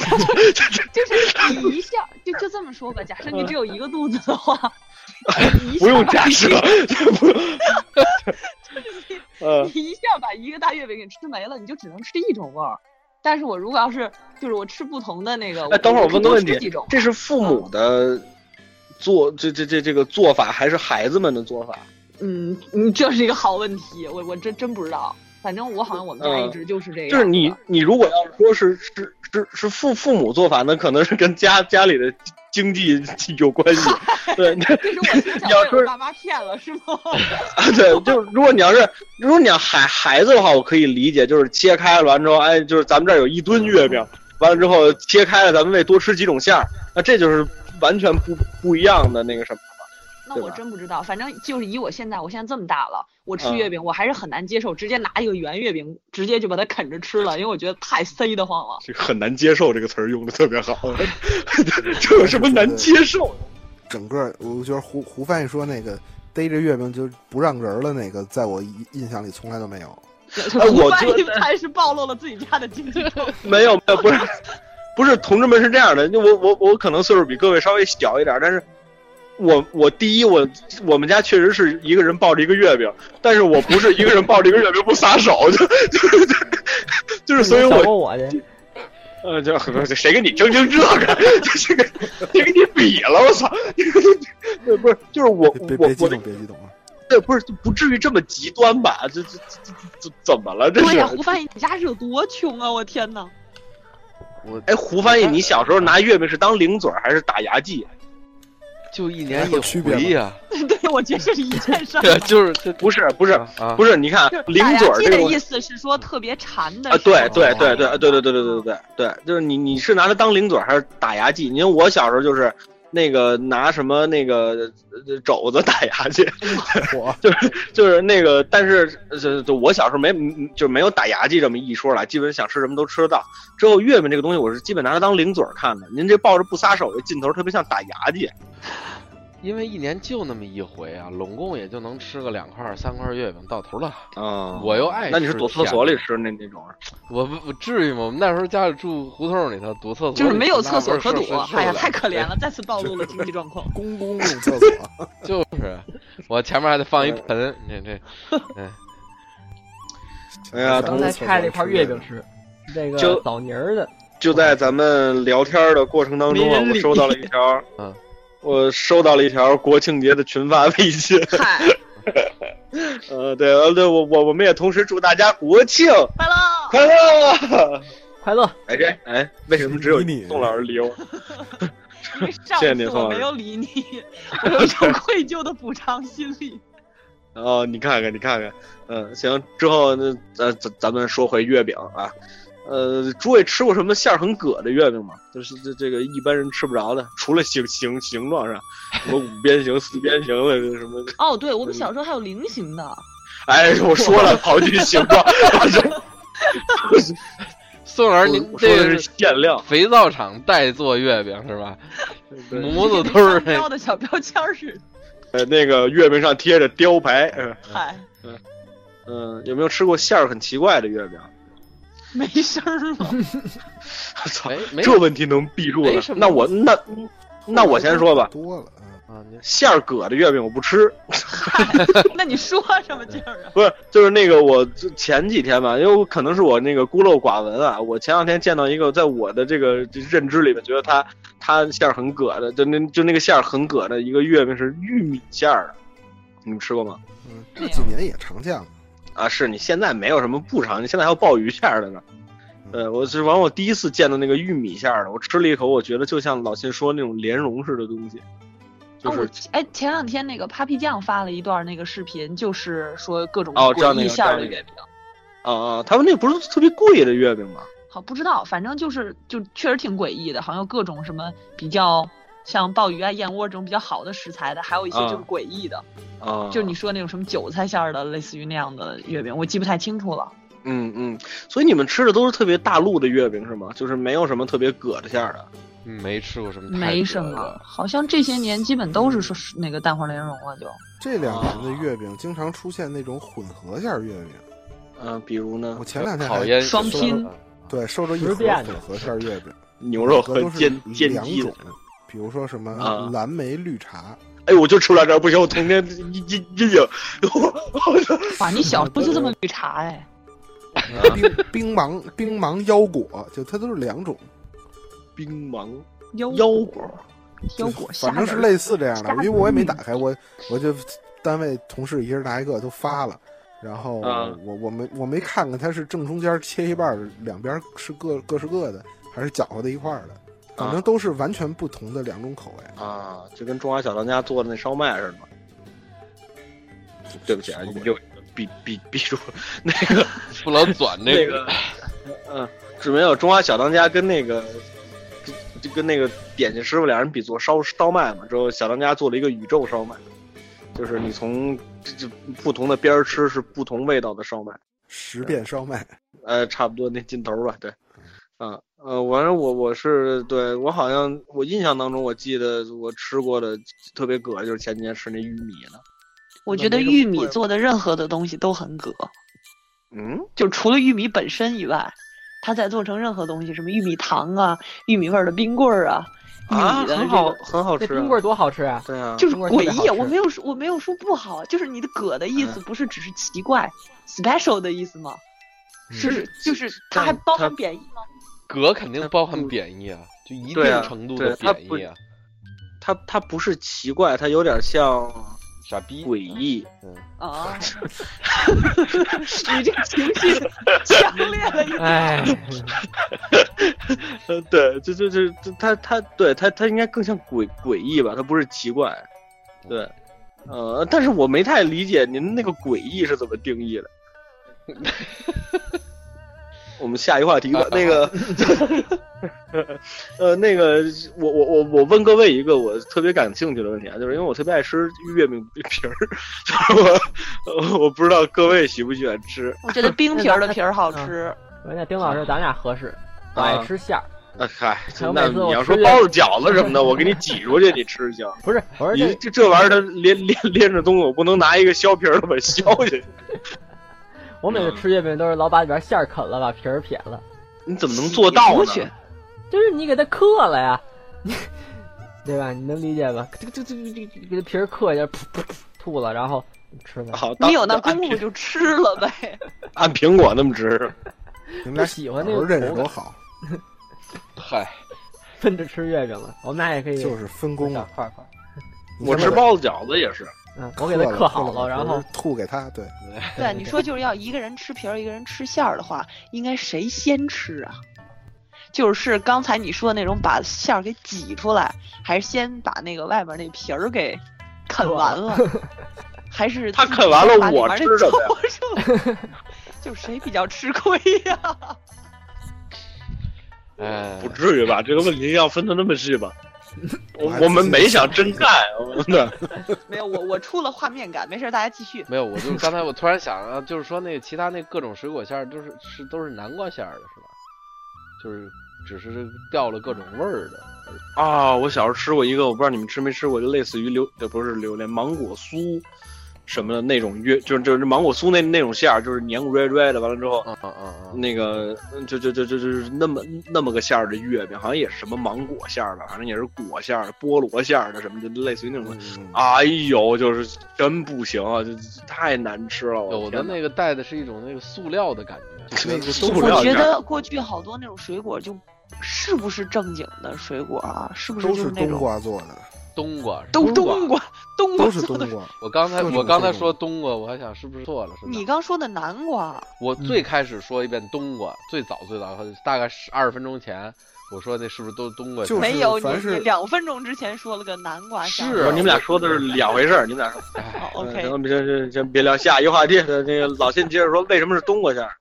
就是你一下就就这么说吧，假设你只有一个肚子 的话，你一下不用把假设， 呃，你一下把一个大月饼给吃没了，你就只能吃一种味儿。但是我如果要是就是我吃不同的那个，哎，等会儿我问个多问吃题几种，这是父母的做这这这这个做法，还是孩子们的做法？嗯，你这是一个好问题，我我真真不知道。反正我好像我们家嗯一直就是这个样子就的、是你你如果要是说是是是是父父母做法，那可能是跟家家里的经济 有关系。对， 那这是我从你要小被说我爸妈骗了是吗？啊，对，就是如果你要是如果你要孩孩子的话，我可以理解，就是切开了完之后，哎，就是咱们这儿有一吨月饼，完了之后切开了，咱们为多吃几种馅儿，那这就是完全不不一样的那个什么。那对我吧真不知道，反正就是以我现在，我现在这么大了，我吃嗯月饼，我还是很难接受，直接拿一个圆月饼，直接就把它啃着吃了，因为我觉得太塞得慌了。这个很难接受这个词儿用的特别好， 这有什么难接受？整个我觉得胡胡翻译说那个逮着月饼就不让人了，那个在我印印象里从来都没有。哎我万一觉得还是暴露了自己家的经济状况没有没有，不是不是，同志们是这样的，就我我我可能岁数比各位稍微小一点，但是我我第一我我们家确实是一个人抱着一个月饼，但是我不是一个人抱着一个月饼不撒手，就就就就是，所以你小我过我去，呃，就谁跟你争争这个？ 这这个谁跟你比了？我操！ 对，不是，就是我别别我别激我的动，别激动啊！对，不是不至于这么极端吧？这这这这怎么了？这对是呀、胡翻译，你家是有多穷啊！我天哪，我哎，胡翻译，你小时候拿月饼是当零嘴儿还是打牙祭？啊就一年有一区别吗 回呀，对我觉得这是一件事儿。对，就是 这不是不是啊啊，不是是，你看就是零打牙嘴儿祭这个的东西意思是说特别馋的啊，对时候对对对对才对对对对对对对，就是你你是拿它当零嘴儿还是打牙祭？因为我小时候就是那个拿什么那个呃肘子打牙 祭，我。就是那个，但是呃，就我小时候没嗯就没有打牙祭这么一说了，基本想吃什么都吃得到。之后月饼这个东西，我是基本拿它当零嘴儿看的。您这抱着不撒手的劲头，特别像打牙祭。因为一年就那么一回啊，拢共也就能吃个两块儿三块儿月饼，到头了。啊我又爱那你是吃躲厕甜所的里吃那那种？我不我至于吗？我们那时候家里住胡同里头，堵厕所就是没有厕所里可那躲不是受，受哎呀，不了太可怜了，再次暴露 了经济状况公公用 厕所，就是我前面还得放嗯一盆，这这哎呀想刚用才厕所拆了一块吃月饼吃，这就个枣泥儿的，就在咱们聊天的过程当中啊，没人我理收到了一 条，嗯，我收到了一条国庆节的群发微信。 嗨，呃，对，呃，对我我我们也同时祝大家国庆快 乐！快乐。快乐，哎这哎，为什么只有理你宋老师理我？因为上谢谢你次宋我老师没有理你，我有一种愧疚的补偿心理。哦，你看看，你看看，嗯，行，之后那咱咱咱们说回月饼啊，呃，诸位吃过什么馅儿很葛的月饼吗？就是这这个一般人吃不着的，除了形形形状上，什么五边形、四边形的这什么， 哦，对，我们小时候还有菱形的，哎，我说了，刨去形状，宋老师您我说这的个是馅料，肥皂厂代做月饼是吧？ 对 模子都 是跟商标的小标签儿似的。 呃，那个月饼上贴着雕牌，嗯、嗨，嗯、有没有吃过馅儿很奇怪的月饼？ 没声儿吗？ 操，哎没有这问题能闭住没了什？么那我那那我先说吧，多了，嗯啊，您馅儿葛的月饼我不吃。那你说什么劲 儿啊？不是，就是那个我前几天吧，因为我可能是我那个孤陋寡闻啊，我前两天见到一个，在我的这个认知里面，觉得它它馅儿很葛的，就那就那个馅儿很葛的一个月饼是玉米馅儿的，你们吃过吗？嗯，这几年也常见了。啊，是你现在没有什么不常见，现在还有鲍鱼馅儿的呢。嗯呃，我是完我第一次见到那个玉米馅儿的，我吃了一口，我觉得就像老信说那种莲蓉似的东西，就啊，我是前哎，前两天那个 Papi 酱发了一段那个视频，就是说各种哦知道诡那异个馅儿的知道那个月饼。啊啊，他们那不是特别贵的月饼吗？好，不知道，反正就是就确实挺诡异的，好像有各种什么比较像鲍鱼啊、燕窝这种比较好的食材的，还有一些啊嗯就是诡异的，啊，就你说那种什么韭菜馅儿的，类似于那样的月饼，我记不太清楚了。嗯嗯，所以你们吃的都是特别大陆的月饼是吗？就是没有什么特别葛的馅儿的。没吃过什么太没葛什么的，，好像这些年基本都是说是那个蛋黄莲蓉了，就这两年哦的月饼经常出现那种混合馅儿月饼，嗯、比如呢我，前两天考还验双拼啊对收着一十盒遍混合馅儿月饼，牛肉和都是煎煎两鸡种。，比如说什么啊蓝莓绿茶，哎，我就吃不了这儿，不行，我童年阴阴阴影。哇， 你小时候就这么嗯绿茶哎，冰 冰芒冰芒腰果，就它都是两种，冰芒腰腰果，腰果虾反正仁是儿，类似这样的虾，仁因为我也嗯没打开，我我就单位同事一人拿一个都发了，然后啊我我没我没看看它是正中间切一半儿，两边是各各是各的，还是搅和在一块儿的，反正都是完全不同的两种口味。啊，就跟中华小当家做的那烧麦似的嘛。对不起啊，什么鬼又闭闭闭住那个不老转那这个，嗯、 是没有中华小当家跟那个就就跟那个点心师傅俩人比做烧烧麦嘛，之后小当家做了一个宇宙烧麦，就是你从就不同的边儿吃是不同味道的烧麦，十遍烧麦，呃，差不多那劲头吧，对，啊呃，反正我我是对我好像我印象当中我记得我吃过的特别葛就是前几年吃那玉米的，我觉得玉米做的任何的东西都很葛，嗯，就除了玉米本身以外，它再做成任何东西，什么玉米糖啊、玉米味儿的冰棍儿啊、玉啊，米的很这好个，很好吃、这啊，冰棍儿多好 吃啊！对啊，就是冰棍儿特诡别好异啊。吃我没有说我没有说不好，就是你的“葛”的意嗯思不是只是奇怪、special 的意思吗？是就是它嗯但还包含它贬义吗？ 葛肯定包含嗯贬义啊，就一定对啊程度对的它贬不义啊，它它不是奇怪，它有点像傻逼，诡异，啊，你这情绪强烈了一点。哎，呃， 对，就就就就他他对他他应该更像诡诡异吧，他不是奇怪，对，呃，但是我没太理解您那个诡异是怎么定义 的。我们下一话题吧。那 个，呃，那个，我我我我问各位一个我特别感兴趣的问题啊，就是因为我特别爱吃月饼皮儿， 就是我我 不知道各位喜不喜欢吃我觉得冰皮儿的皮儿好嗯吃，那丁老师，咱俩合适，我爱吃馅儿，啊，嗨，还有那每次你我要吃说月包子、饺子什么的，我给你挤出去，你吃行。不是，我说你这这这玩意儿，它连连连着东西，我不能拿一个削皮儿的把它削下去。我嗯每次吃月饼都是老把里边馅儿啃了，把皮儿撇了， 你怎么能做到我呢？去，就是你给它刻了呀，你对吧？你能理解吧？这个这个这个这个给它皮儿刻一下，噗噗噗吐了，然后吃了。好，当你有那按功夫苹就吃了呗。按苹果那么吃，你不们俩喜欢那小时个候认识口多感，好，嗨，分着吃月饼了。我们俩也可以就是分工小啊。块块，我吃包子饺子也是。嗯，你我他给妈它的刻好了，了，然不是后吐给他，对，对，你说就是要一个人吃皮儿，一个人吃馅儿的话，应该谁先吃啊？就是刚才你说的那种把馅儿给挤出来，还是先把那个外面那皮儿给啃完了，还是他自己啃完了先把里我面那吃什么抽出来 就谁比较吃亏呀、 哎，不至于吧？这个问题要分的那么细 吧？我我还我们自己没想真干，我们的没有，我我出了画面感，没事儿，大家继续。没有，我就刚才我突然想啊，就是说那其他那各种水果馅儿都是是都是南瓜馅儿的是吧？就是只是掉了各种味儿的。 啊！我小时候吃过一个，我不知道你们吃没吃过，就类似于榴，呃，不是榴莲，芒果酥什么的那种约，就是就是芒果酥那那种馅儿，就是黏糊拽拽的，完了之后，嗯嗯嗯那个，嗯就就就就就是那么那么个馅儿的月饼，好像也是什么芒果馅儿的，反正也是果馅儿的、菠萝馅儿的什么，就类似于那种。嗯嗯。哎呦，就是真不行啊，就太难吃了。有我的天哪那个带的是一种那个塑料的感觉，那个塑我料觉馅儿，得过去好多那种水果就。是不是正经的水果啊？是不是都就是是那冬种瓜做 的，冬瓜。都冬冬瓜，冬瓜都是做冬的瓜，我刚才各种我刚才各种说冬瓜，我还想是不是错了？是吧你刚说的南瓜，我嗯最开始说一遍冬瓜，最早最早大概十二十分钟前，我说那是不是都是冬瓜？就是没有你凡是你两分钟之前说了个南瓜馅是不儿，是啊你们俩说的是两回事儿，你们俩说。嗯哦咱 OK，们先先先别聊下一个话题。那个老信接着说，为什么是冬瓜馅儿？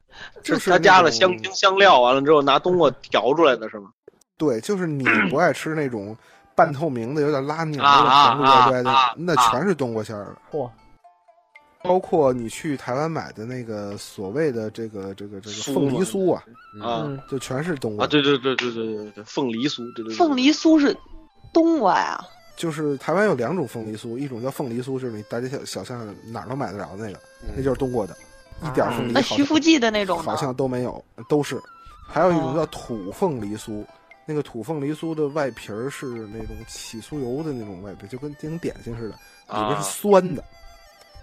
就是他那加了种香精香料，完了之后拿冬瓜调出来的是吗？对，就是你嗯不爱吃那种半透明的、有点拉黏的、啊啊甜度乖乖啊啊的，那全是冬瓜馅儿的。嚯，包括你去台湾买的那个所谓的这个这个这个酥凤梨嘛酥啊，啊嗯，就全是冬瓜啊，，对对对对对对对，凤梨酥，对对对，凤梨酥是冬瓜呀，就是台湾有两种凤梨酥，一种叫凤梨酥，就是你大街小小巷哪儿都买得着那个，嗯那就是冬瓜的，一点儿凤梨啊那嗯好徐像福记的那种呢好？像都没有，都是。还有一种哦叫土凤梨酥，那个土凤梨酥的外皮儿是那种起酥油的那种外皮，就跟跟点心似的，里边啊是酸的，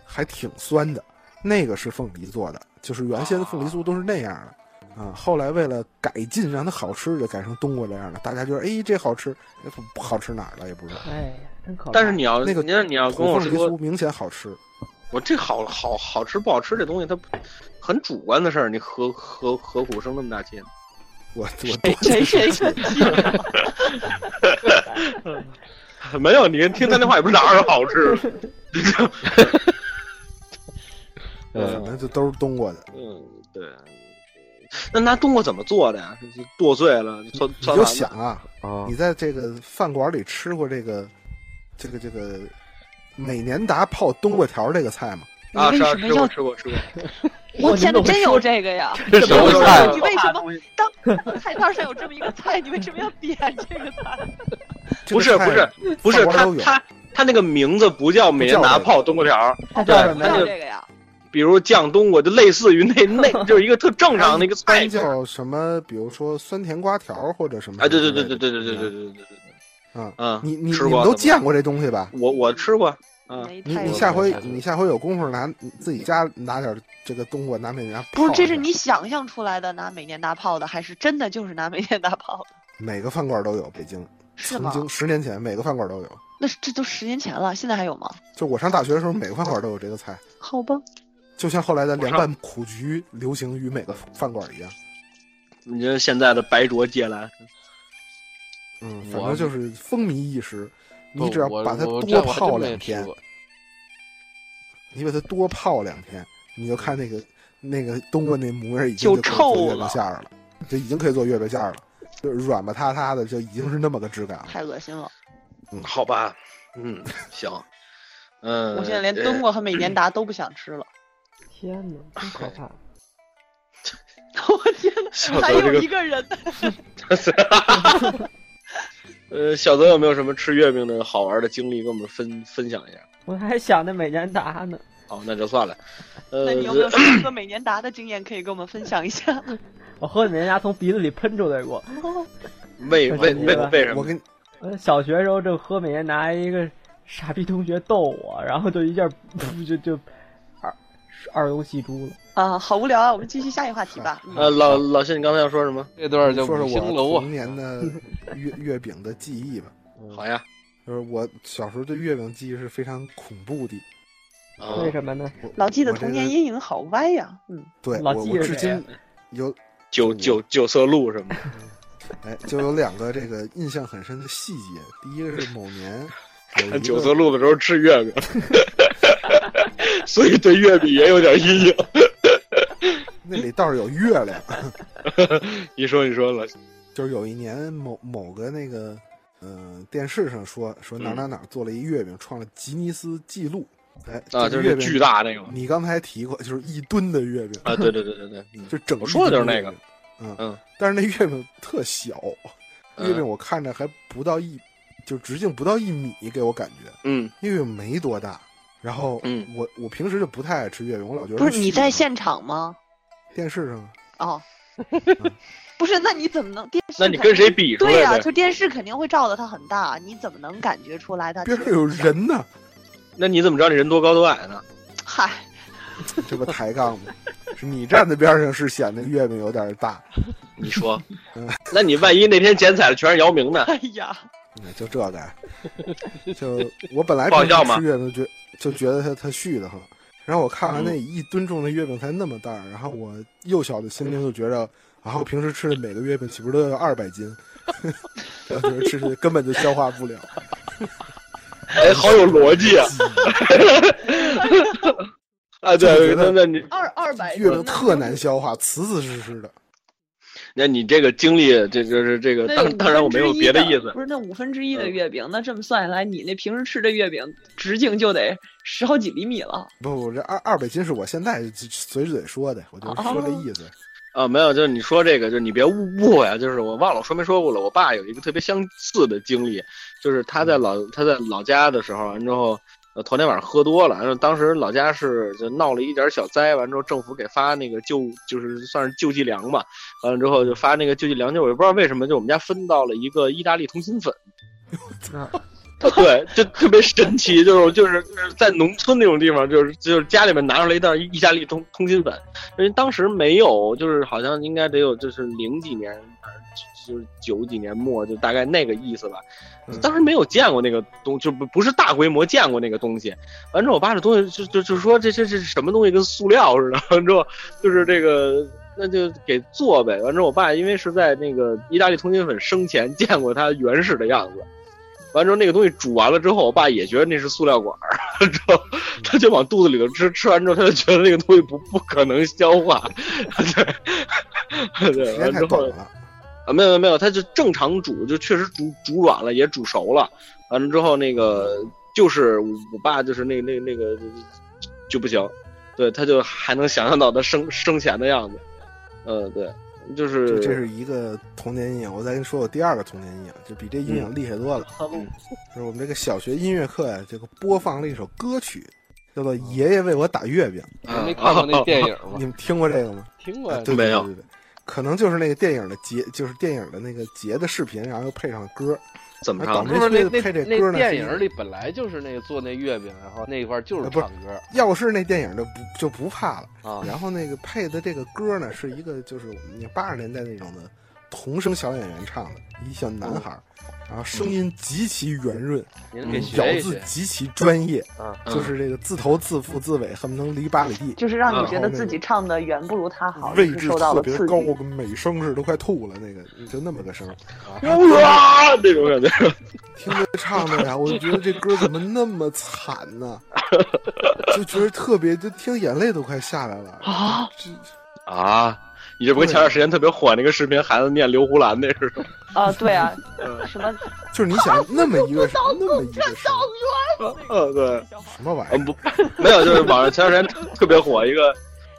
还挺酸的。那个是凤梨做的，就是原先的凤梨酥都是那样的。啊、后来为了改进，让它好吃，就改成冬瓜这样的。大家觉得，哎，这好吃，哎不不好吃哪儿了也不知道。哎，真可怕。但是你要那个你要你要啊土跟我凤梨说，酥明显好吃，我这好好好吃不好吃这东西，它不很主观的事儿，你何何何苦生那么大气呢？ 我我谁谁生气了？没有，你听他那话也不是哪儿好吃。 那就都是冬瓜的。嗯，对，那拿冬瓜怎么做的呀？是是剁碎了，搓你搓完就了想啊，啊你，在这个饭馆里吃过这个，这个这个美年达泡冬瓜条这个菜吗？啊，你是为啊吃什么要过吃过吃 过，我天哪哪，，真有这个 呀！这什么菜？你为什么当当菜单上有这么一个菜，你为什么要点这个菜？这不个是菜不是不是，饭馆他都有他他那个名字不叫美人达泡冬瓜条儿，他对叫什不么那要 就呀？这个呀！比如酱冬瓜，就类似于那 那就是一个特正常的一个它菜一般名儿。叫什么？比如说酸甜瓜条或者什么啊，对之对对类对对对的对对对对对对，嗯，嗯，你你吃你过们怎都么见过这东西吧？我我吃过，啊，没嗯你太你有下了回太有你下回有功夫拿你自己家拿点这个冬瓜拿面家不是，泡这一是下你想象出来的拿每年大炮的，还是真的就是拿每年大炮的？每个饭馆都有，北京是曾吗？经十年前每个饭馆都有，那是这都十年前了，现在还有吗？就我上大学的时候每个饭馆都有这个菜，好吧，就像后来的我凉上拌苦菊流行于每个饭馆一样。你这现在的白灼芥蓝，嗯，我反正就是风靡一时。不你只要我把它我多这我还真泡没两天吃，过你把它多泡两天，你就看那个那个冬瓜那模样已经就就可以臭做月饼了馅儿了，就已经可以做月饼馅儿了，就是软吧塌塌的，就已经是那么个质感 了。太恶心了！好吧，嗯，行，嗯，我现在连呃冬瓜和美年达都不想吃了。 天哪，真可怕！我天小哪，还泽这有一个，个人，呃，小泽有没有什么吃月饼的好玩的经历跟我们分分享一下？我还想着美年达呢。好，那就算了，呃那， 你有没有什么喝美年达的经验可以跟我们分享一下？ 我喝美年达从鼻子里喷出来过。为为为为什么？我跟我小学时候正喝美年达，一个傻逼同学逗我，然后就一下就就二二龙戏珠了。啊，好无聊啊！我们继续下一话题吧。呃，老老谢，你刚才要说什么？这段叫说说五星我楼啊童，年的月月饼的记忆吧。好呀，就是我小时候对月饼记忆是非常恐怖的。啊为什么呢？我老纪的我这童年个阴影好歪呀。嗯，对老我纪我是至谁呀啊今有嗯九九九色鹿什 么的？哎，就有两个这个印象很深的细节。第一个是 某年有一个看九色鹿的时候吃月饼， 所以对月饼也有点阴影。那里倒是有月亮， 你说，你说了，就是有一年某某个那个呃电视上说说哪儿哪嗯儿哪儿做了一月饼，创了吉尼斯纪录。哎，啊，这就是个月那饼巨。大那个嘛。你刚才提过，就是一吨的月饼，啊，对对对对对，嗯就整我说的就是那个一吨月饼。嗯嗯，但是那月饼特小，嗯月饼我看着还不到一，就直径不到一米，给我感觉嗯，月饼没多大。然后，嗯我我平时就不太爱吃月饼，我老觉得不是你在现现场吗？电视上哦，嗯 不是，那你怎么能电视？那你跟谁？比出对呀、来的？就电视肯定会照的它很大，你怎么能感觉出来它？边上有人呢，那你怎么知道你人多高多矮呢？ 嗨，这不抬杠吗？是你站在边上是显得月饼有点大，你说， 那你万一那天剪彩的全是姚明 呢？哎 呀，嗯就这个呀，就我本来不好笑吗平时吃月饼就觉就觉得它它絮得很，然后我看嗯完那一吨重的月饼才那么大，然后我幼小的心灵就觉着，啊，我平时吃的每个月饼岂不是都要二百斤？ 我觉得吃吃根本就消化不了。哎，好有逻辑啊！啊，对，那那你二二百月饼特难消化，瓷瓷实实的。那你这个经历，这就是这个，当当然我没有别意思不，是那五分之一的嗯月饼，那这么算下来，你那平时吃的月饼直径就得十好几厘米了。不不，这二二百斤是我现在随嘴说的，我就是说这意思。啊，没有，就是你说这个，就是你别误误会啊，就是我忘了我说没说过了，我爸有一个特别相似的经历，就是他在老他在老家的时候，完之后，呃，头天晚上喝多了，然后当时老家是就闹了一点小灾，完之后政府给发那个救就是算是救济粮吧，完了之后就发那个救济粮，就我也不知道为什么，就我们家分到了一个意大利通心粉。对，就特别神奇，就是就是就是在农村那种地方，就是就是家里面拿出来一袋意大利通通心粉，因为当时没有，就是好像应该得有就是零几年，反正就是九几年末，就大概那个意思吧嗯。当时没有见过那个东，就不不是大规模见过那个东西。完之后，我爸这东西就就就说这这这是什么东西，跟塑料似的。完之后就是这个。那就给做呗。完之后，我爸因为是在那个意大利通心粉生前见过它原始的样子，完之后那个东西煮完了之后，我爸也觉得那是塑料管儿，完之后嗯他就 往肚子里头吃，吃完之后他就觉得那个东西不不可能消化，对， 对，时间完太之短后了。啊，没有没有没有，它就正常煮，就确实煮煮软了，也煮熟了。完了之后，那个就是我爸就是那那那个就不行，对，他就还能想象到他生生前的样子。呃，对，就是这这是一个童年阴影。我再跟你说，我第二个童年阴影，就比这阴影厉害多了。嗯就是我们这个小学音乐课呀，这个播放了一首歌曲，叫做《爷爷为我打月饼》。你没看过那电影吗啊 你？们听过这个吗？ 听过啊呀，对没有对对对，可能就是那个电影的截，就是电影的那个截的视频，然后又配上歌。怎么哎倒唱霉的？不是那没那配这歌那呢电影里本来就是那个做那月饼，然后那块儿就是唱歌要啊是那电影就不就不怕了。啊，然后那个配的这个歌呢，是一个就是我们八十年代那种的童声小演员唱的，一小男孩儿，然后声音极其圆润，您给嗯咬学一字学极其专业，啊。嗯就是这个自头自腹自尾，恨不能离八里地。就是让嗯你觉得自己唱的远不如他好，位就是置受到特了别刺高，激。跟美声似的，都快吐了。那个就那么个 声儿，哇，哎啊那种感觉。听着唱的呀，我就觉得这歌怎么那么惨呢？就觉得特别，就听眼泪都快下来了。啊，这 啊，你这不跟前段时间特别火那个视频，孩子念刘胡兰那似的。啊，对啊，嗯什么就是你想那么一个声，那么一个声， 呃，对，什么玩意哎嗯儿？不，没有，就是网上前段时间特别火一个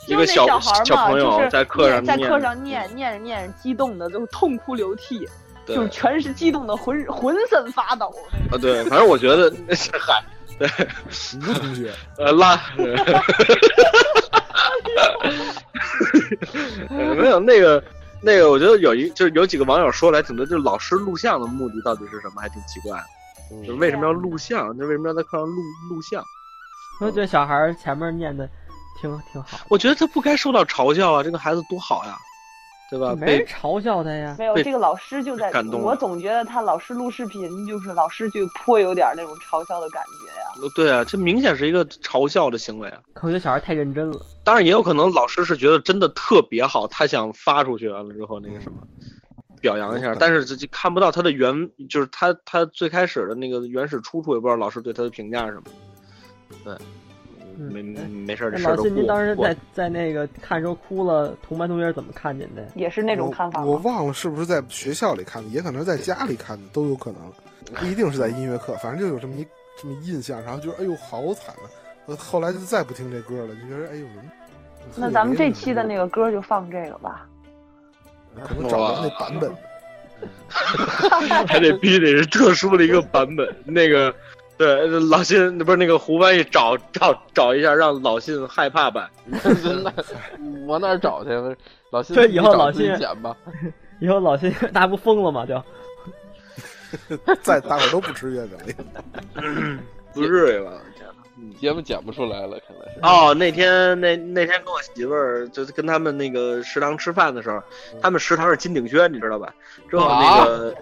一就个是那孩小儿嘛，朋就友是在课上在念课上念念着念着，激动的就痛哭流涕，对就是全是激动的浑浑身发抖。啊，对，反正我觉得那是嗨，对，吴同学，呃， 拉，呃没有那个那个，我觉得有一就是有几个网友说来挺多，就是老师录像的目的到底是什么，还挺奇怪的，嗯就是为什么要录像？就为什么要在课上录录像？我觉得小孩儿前面念的挺挺好，我觉得他不该受到嘲笑啊，这个孩子多好呀，对吧？没啊被人嘲笑他呀。没有，被这个老师就在感动，了我总觉得他老师录视频，就是老师就颇有点那种嘲笑的感觉呀。对啊，这明显是一个嘲笑的行为啊。可我觉得小孩太认真了，当然也有可能老师是觉得真的特别好，他想发出去完了之后那个什么，表扬一下嗯，但是这这看不到他的原，就是他他最开始的那个原始出处，也不知道老师对他的评价是什么。对，嗯没没没事儿，这那事儿老都信，您过当时过 在在那个看时候哭了，同班同学是怎么看见的呀？也是那种我看法吗我忘了是不是在学校里看的，也可能是在家里看的，都有可能，不一定是在音乐课，反正就有这么一这么一印象，然后就哎呦好惨啊！我后来就再不听这歌了，就觉得哎呦。那咱们这期的那个歌就放这个吧。可能找不到那版本，还得必须得是特殊的一个版本。那个，对，老信不是那个胡翻译找找找一下，让老信害怕版。 那往哪儿找去？ 老信，对以后你找老自己信剪吧。以后老信 大家不疯了吗？就再大伙都不吃月饼了。不至于吧？节目剪不出来了，看来啊是。哦，那天那那天跟我媳妇儿就是跟他们那个食堂吃饭的时候，他们食堂是金鼎轩，你知道吧？之后那个，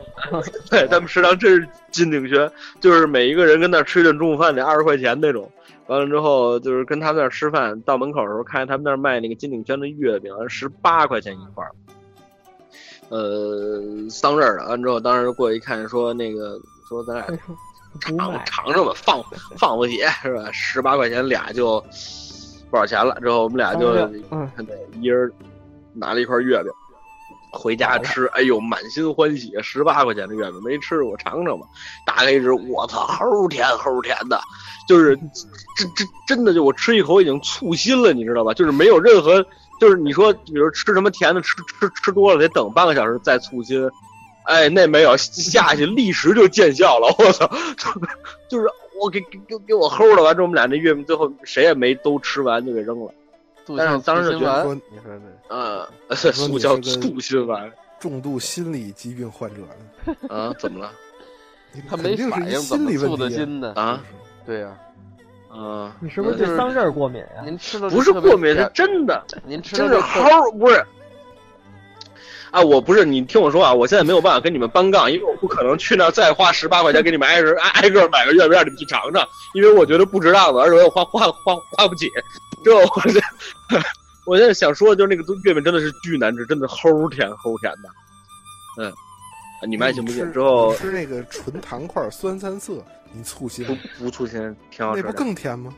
对他们食堂真是金鼎轩，就是每一个人跟那儿吃一顿中午饭得二十块钱那种。完了之后就是跟他们那儿吃饭，到门口的时候看见他们那儿卖那个金鼎轩的月饼，十八块钱一块儿。呃，桑葚儿的，完之后当时过去一看，说那个说咱俩 不买尝，尝尝吧，放放不起是吧？十八块钱俩就不少钱了。之后我们俩就嗯，一人拿了一块月饼回家吃，哎呦，满心欢喜。十八块钱的月饼没吃过，尝尝吧。打开一只，我操，齁甜齁甜的，就是这这真的就我吃一口已经醋心了，你知道吧？就是没有任何，就是你说，比如吃什么甜的，吃吃吃多了得等半个小时再醋心。哎，那没有下去，立时就见效了。我操，就是我给给给给我齁了，完之后我们俩那月饼最后谁也没都吃完，就给扔了。杜但是撰当时新觉得闻说你说 这呃，说塑你胶是个塑心丸重度心理疾病患者呢，啊？怎么了？你他肯没定是反应，一怎心么理问醋的题呀嗯筋呢？啊，对呀，啊，你是不是就对桑葚儿过敏啊呀？您吃了不是过敏，这是真的，您吃真了是这特齁，不是。啊，我不是，你听我说啊，我现在没有办法跟你们搬杠，因为我不可能去那儿再花十八块钱给你们挨人挨挨个儿买个月饼让你们去尝尝，因为我觉得不值当的，而且我也花花花花不起。这我这， 我现在想说的就是那个月饼真的是巨难吃，真的齁甜齁甜的。嗯，啊你你们爱信不信？吃之后你吃那个纯糖块酸三色，你醋心，不不醋心挺好那吃不的。更甜吗？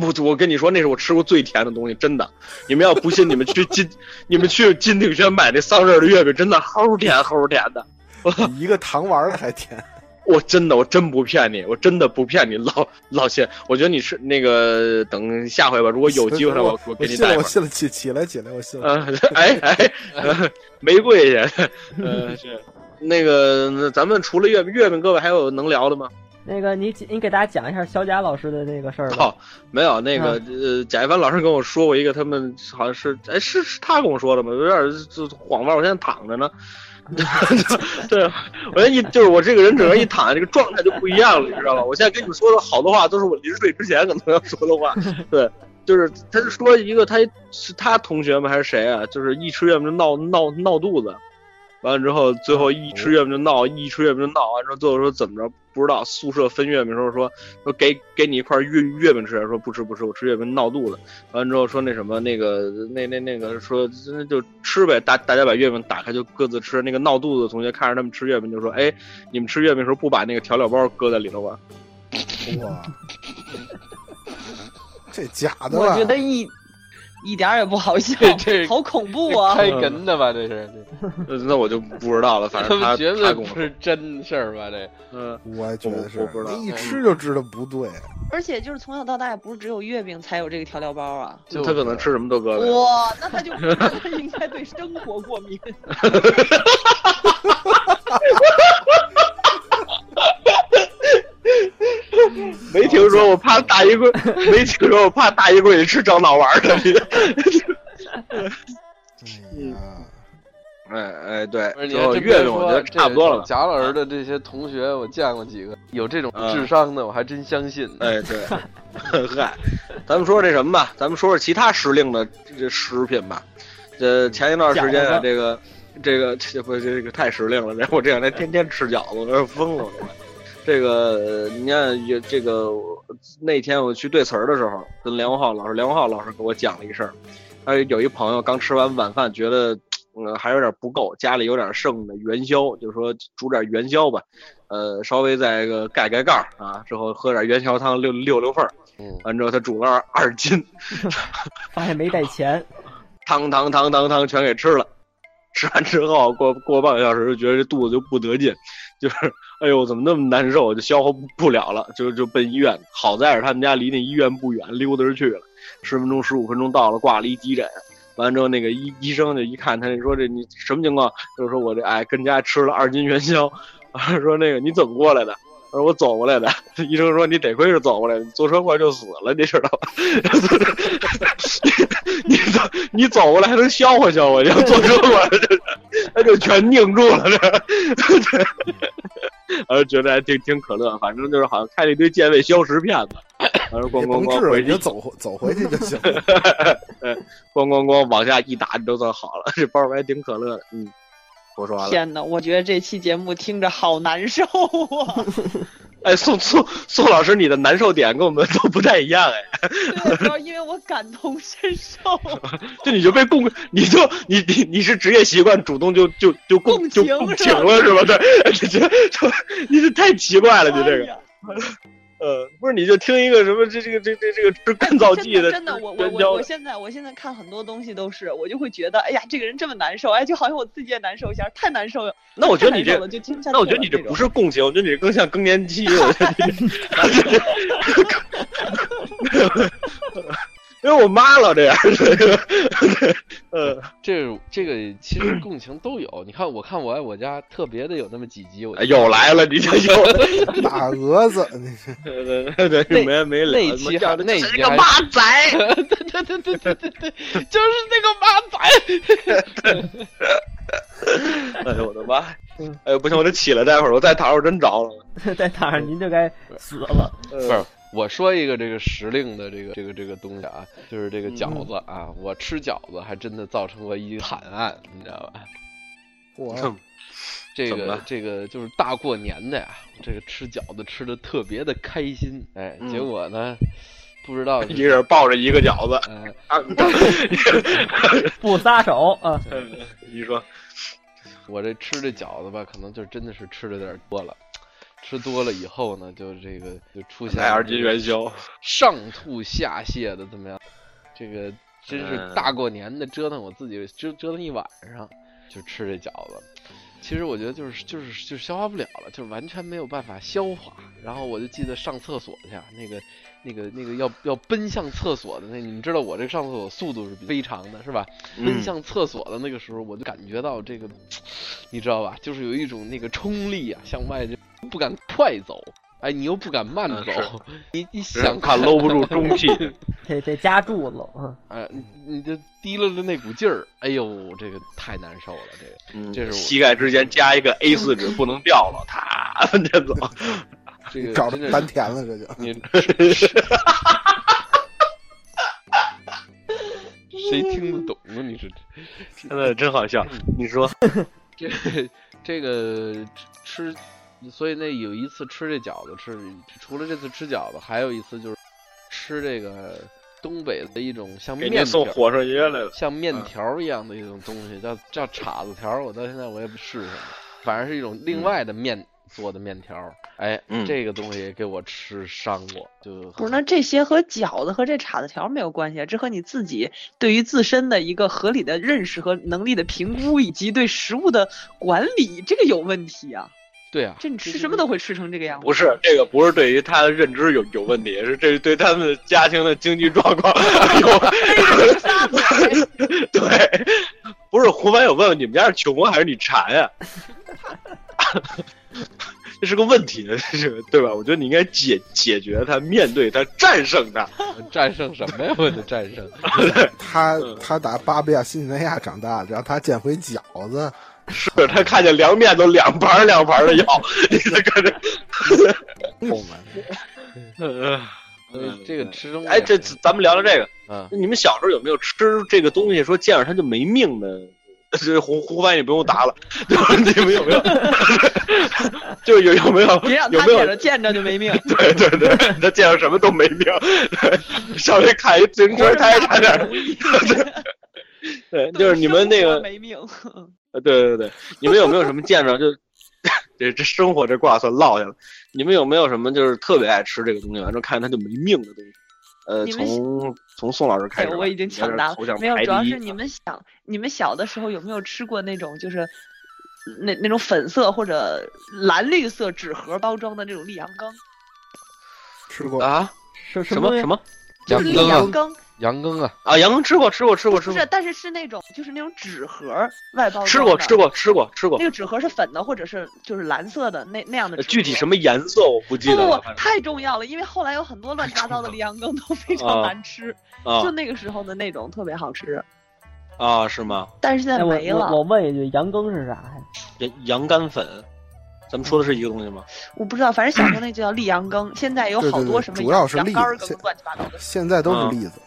不，我跟你说，那是我吃过最甜的东西，真的。你们要不信，你们去金，你们去金鼎轩买那桑葚儿的月饼，真的齁甜齁甜的。比一个糖丸儿还甜。我真的，我真不骗你，我真的不骗你，老老谢，我觉得你是那个等下回吧，如果有机会了，我我给你信带一了，份我儿。信了，起起来起来，我信了。呃， 哎哎，呃玫瑰 去，呃是那个，那咱们除了月饼月饼，各位还有能聊的吗？那个你你给大家讲一下小贾老师的嗯那个事儿吧。哦，没有那个呃，贾一凡老师跟我说过一个，他们好像是哎是是他跟我说的吗？有点儿就晃吧，我现在躺 着呢。对，我一就是我这个人整个一躺下，这个状态就不一样了，你知道吧？我现在跟你们说的好多话，都是我临睡之前可能要说 的话。对，就是他是说一个他是他同学吗还是谁啊？就是一吃月饼就闹闹闹肚子，完了之后最后一哦吃月饼就闹，一吃月饼就闹，完之后最后说怎么着不知道，宿舍分月饼的时候说说给给你一块月月饼吃，说不吃不吃，我吃月饼闹肚子。完了之后说那什么那个那那那个说那就吃呗，大大家把月饼打开就各自吃。那个闹肚子的同学看着他们吃月饼就说：“哎，你们吃月饼的时候不把那个调料包搁在里头吗哇， 这假的我吧觉？得一一点儿也不好笑这这，好恐怖啊！开哏的吧，这是，？”呃那我就不知道了，反他正他们绝他对跟不我说，是真事儿吧？这嗯，我觉得我是不知，道一吃就知道不对。哎而且就是从小到大也不是只有月饼才有这个调料包啊。就他可能吃什么都搁在里头。哇，那他就 那他应该对生活过敏。没听说我怕大衣柜，没听说我怕大衣柜里吃长脑丸的。 哎嗯呀，哎哎，对不是，你最后还真别月饼我觉得说差不多了这吧。贾老师的这些同学，我见过几个有这种嗯智商的，我还真相信。哎，对，嗨，咱们说说这什么吧，咱们说说其他时令的这这食品吧。这前一段时间啊，饺子这个这个这不这个太时令了，然后我这两天天天吃饺子，我有点疯了。我快这个呃你看，也这个我那天我去对词儿的时候，跟梁文浩老师，梁文浩老师给我讲了一事儿。他有一朋友刚吃完晚饭，觉得呃还有点不够，家里有点剩的元宵，就说煮点元宵吧，呃，稍微再个盖盖盖儿啊，之后喝点元宵汤溜溜溜缝儿。嗯，完之后他煮了二二斤，发现没带钱， 汤汤汤汤汤全给吃了。吃完之后过过半个小时，就觉得这肚子就不得劲，就是哎呦怎么那么难受，就消化不了了，就就奔医院。好在是他们家离那医院不远，溜达着去了，十分钟十五分钟到了，挂了一急诊。完之后，那个医医生就一看，他就说这你什么情况？就是说我这哎跟家吃了二斤元宵，啊说那个你怎么过来的？我说我走过来的。医生说你得亏是走过来的，你坐车过来就死了，你知道吧？ 你 走你走过来还能消化消化，你要坐车过来这他就全拧住了这。 对，呃，觉得还挺挺可乐，反正就是好像开了一堆健胃消食片子，反正咣也咣甭咣治了，回你去就走走回去就行 了。咣咣咣往下一打，你都算好了。 这包儿还挺可乐的，嗯，我说完了。 天哪，我觉得这期节目听着好难受啊！哎，宋宋宋老师，你的难受点跟我们 都不太一样哎，对，主要因为我感同身受，啊就你就被共，你就你你你是职业习惯主动就就就共共就情是吧共情了是吧？对， 你这这你这太奇怪了，你这哎个呀呃，不是你就听一个什么这这个这这这个吃干燥剂真的吃哎真的，我我干我胶我现在我现在看很多东西都是，我就会觉得，哎呀，这个人这么难受，哎，就好像我自己也难受一下，太难受了。那我觉得你这太难受了就听不下去了那我觉得你这种不是共情，我觉得你这更像更年期。我觉得你 这因为我妈老这样，呃，这这个其实共情都有。你看，我看我爱我家特别的有那么几集，我 哎又来了，你这又打蛾子，你 是对对对，没没聊那期还那是期个还马仔，对对对对对对 对，就是那个马仔。哎呦我的 妈！哎呦不行，我得起来，待会儿我再躺会儿真着了。呃在哪儿您就该死了。不是，我说一个这个时令的这个这个这个东西啊，就是这个嗯饺子啊，我吃饺子还真的造成过一惨案，你知道吧？我这怎么个了这个就是大过年的呀，这个吃饺子吃的特别的开心，哎，嗯结果呢，不 知道一是。人抱着一个饺 子，嗯，啊，不撒手啊！你说我这吃这饺子吧，可能就真的是吃的有点多了，吃多了以后呢，就这个就出现海尔金哎元宵，上吐下泻的怎么样？这个真是大过年的折腾我自己，折折腾一晚上，就吃这饺子。其实我觉得就是就是就是消化不了了，就是完全没有办法消化。然后我就记得上厕所去啊，那个那个那个要要奔向厕所的那，你们知道我这个上厕所速度是非常的，是吧？嗯奔向厕所的那个时候，我就感觉到这个，你知道吧？就是有一种那个冲力啊，向外就不敢快走，哎，你又不敢慢嗯走，你你想想看搂不住中 气，这这夹住了，嗯，哎，你你就提溜着那股劲儿，哎呦，这个太难受了，这个嗯这是我膝盖之间加一个 A 四纸，不能掉了，啪 分着走。这个找真的是着丹田了，这就你谁听得懂啊？你是真的真好笑。嗯你说， 这这个吃，所以那有一次吃这饺子吃，除了这次吃饺子，还有一次就是吃这个东北的一种像给面您条送儿，火烧爷来了，嗯像面条儿一样的一种东西，叫叫叉子条儿，我到现在我也不是什么，反正是一种另外的面。做的面条儿，哎，嗯这个东西给我吃伤过，就不是，那这些和饺子和这叉子条没有关系，啊这和你自己对于自身的一个合理的认识和能力的评估，以及对食物的管理，这个有问题啊！对啊，这你吃就是什么都会吃成这个样子。不是这个，不是对于他的认知有有问题，是这是对他们家庭的经济状 况哎有。 对，不是胡凡有问问你们家是穷啊还是你馋呀、 这是个问题，这个对吧？我觉得你应该解解决它，面对它，战胜它。战胜什么呀？我的战 胜，他嗯他打巴布亚新几内亚长大的，让他见回饺子，是他看见凉面都两盘儿两盘 的要，你这搁这嗯痛啊！呃。呃这个吃生哎，这咱们聊聊这个。啊，你们小时候有没有吃这个东西说见着它就没命的？这胡胡翻也不用答了，就是你们有没有？ 就是有有没有？别让有他没有见着见着就没 命。对对对，他见着什么都没命。对稍微看一自行车胎差点儿。 对，就是你 们那个，没命，呃对对对，你们有没有什么见着就？ 这这生活这卦算落下了。你们有没有什么就是特别爱吃这个东西，完之后看见它就没命的东西？呃，你们从从宋老师开始吧，哎我已经抢答了有点头像。没有排，主要第一是你们想，你们小的时候有没有吃过那种就是那那种粉色或者蓝绿色纸盒包装的那种栗羊羹？吃过啊，什什么么什么就是羊栗羹羊啊，羹，羊羹啊，啊？羊羹吃过，吃过，吃过，吃不过是，，但是是那种就是那种纸盒外包吃装过，的吃。过，吃过，吃过那。个纸盒是粉的，或者是就是蓝色的那那样的呃纸盒。具体什么颜色我不记不得不了不，太重要了，因为后来有很多乱七八糟的栗羊羹都非常啊难吃，啊就那个时候的那种特别好吃，啊，是吗？但是现哎在我没了。我我问一句，羊羹是啥呀？羊羊肝粉，咱们说的是一个东西吗？我不知道，反正小时候那就叫栗羊羹，现在有对好对多对什么主要是羊栗肝儿羹现乱七八糟的。现在都啊是栗子，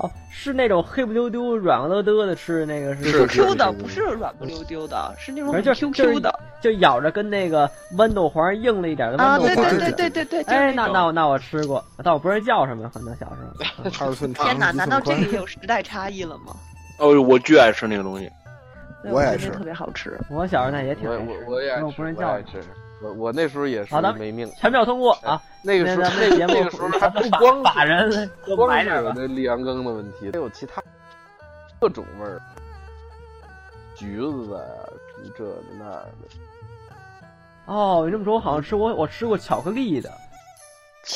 哦，是那种黑不溜丢、软不溜丢的吃那个是是 Q 的不是软不溜丢的，是那种反很正就 QQ 的就咬着跟那个豌豆黄硬了一点的豌啊！豆对黄。对黄对是对对对，就是哎，那种那我那我吃过，但我不知道叫什么，可能小时候。嗯二十寸长，天哪，一难寸道这宽个也有时代差异了吗？哦，我巨爱吃那个东西。对我觉也得是特别好吃。我小时候那也挺我爱吃我的，我也爱但我吃，不认我叫爱。吃，我我那时候也是好的没命，全票通过啊！那个时那候 咱们这节目那个时候还咱不们把光把人不买光是点有吧。那栗羊羹的问题，还有其他各种味儿，橘子的，这的那的， 哦，你这么说，我好像吃过，我吃过巧克力的。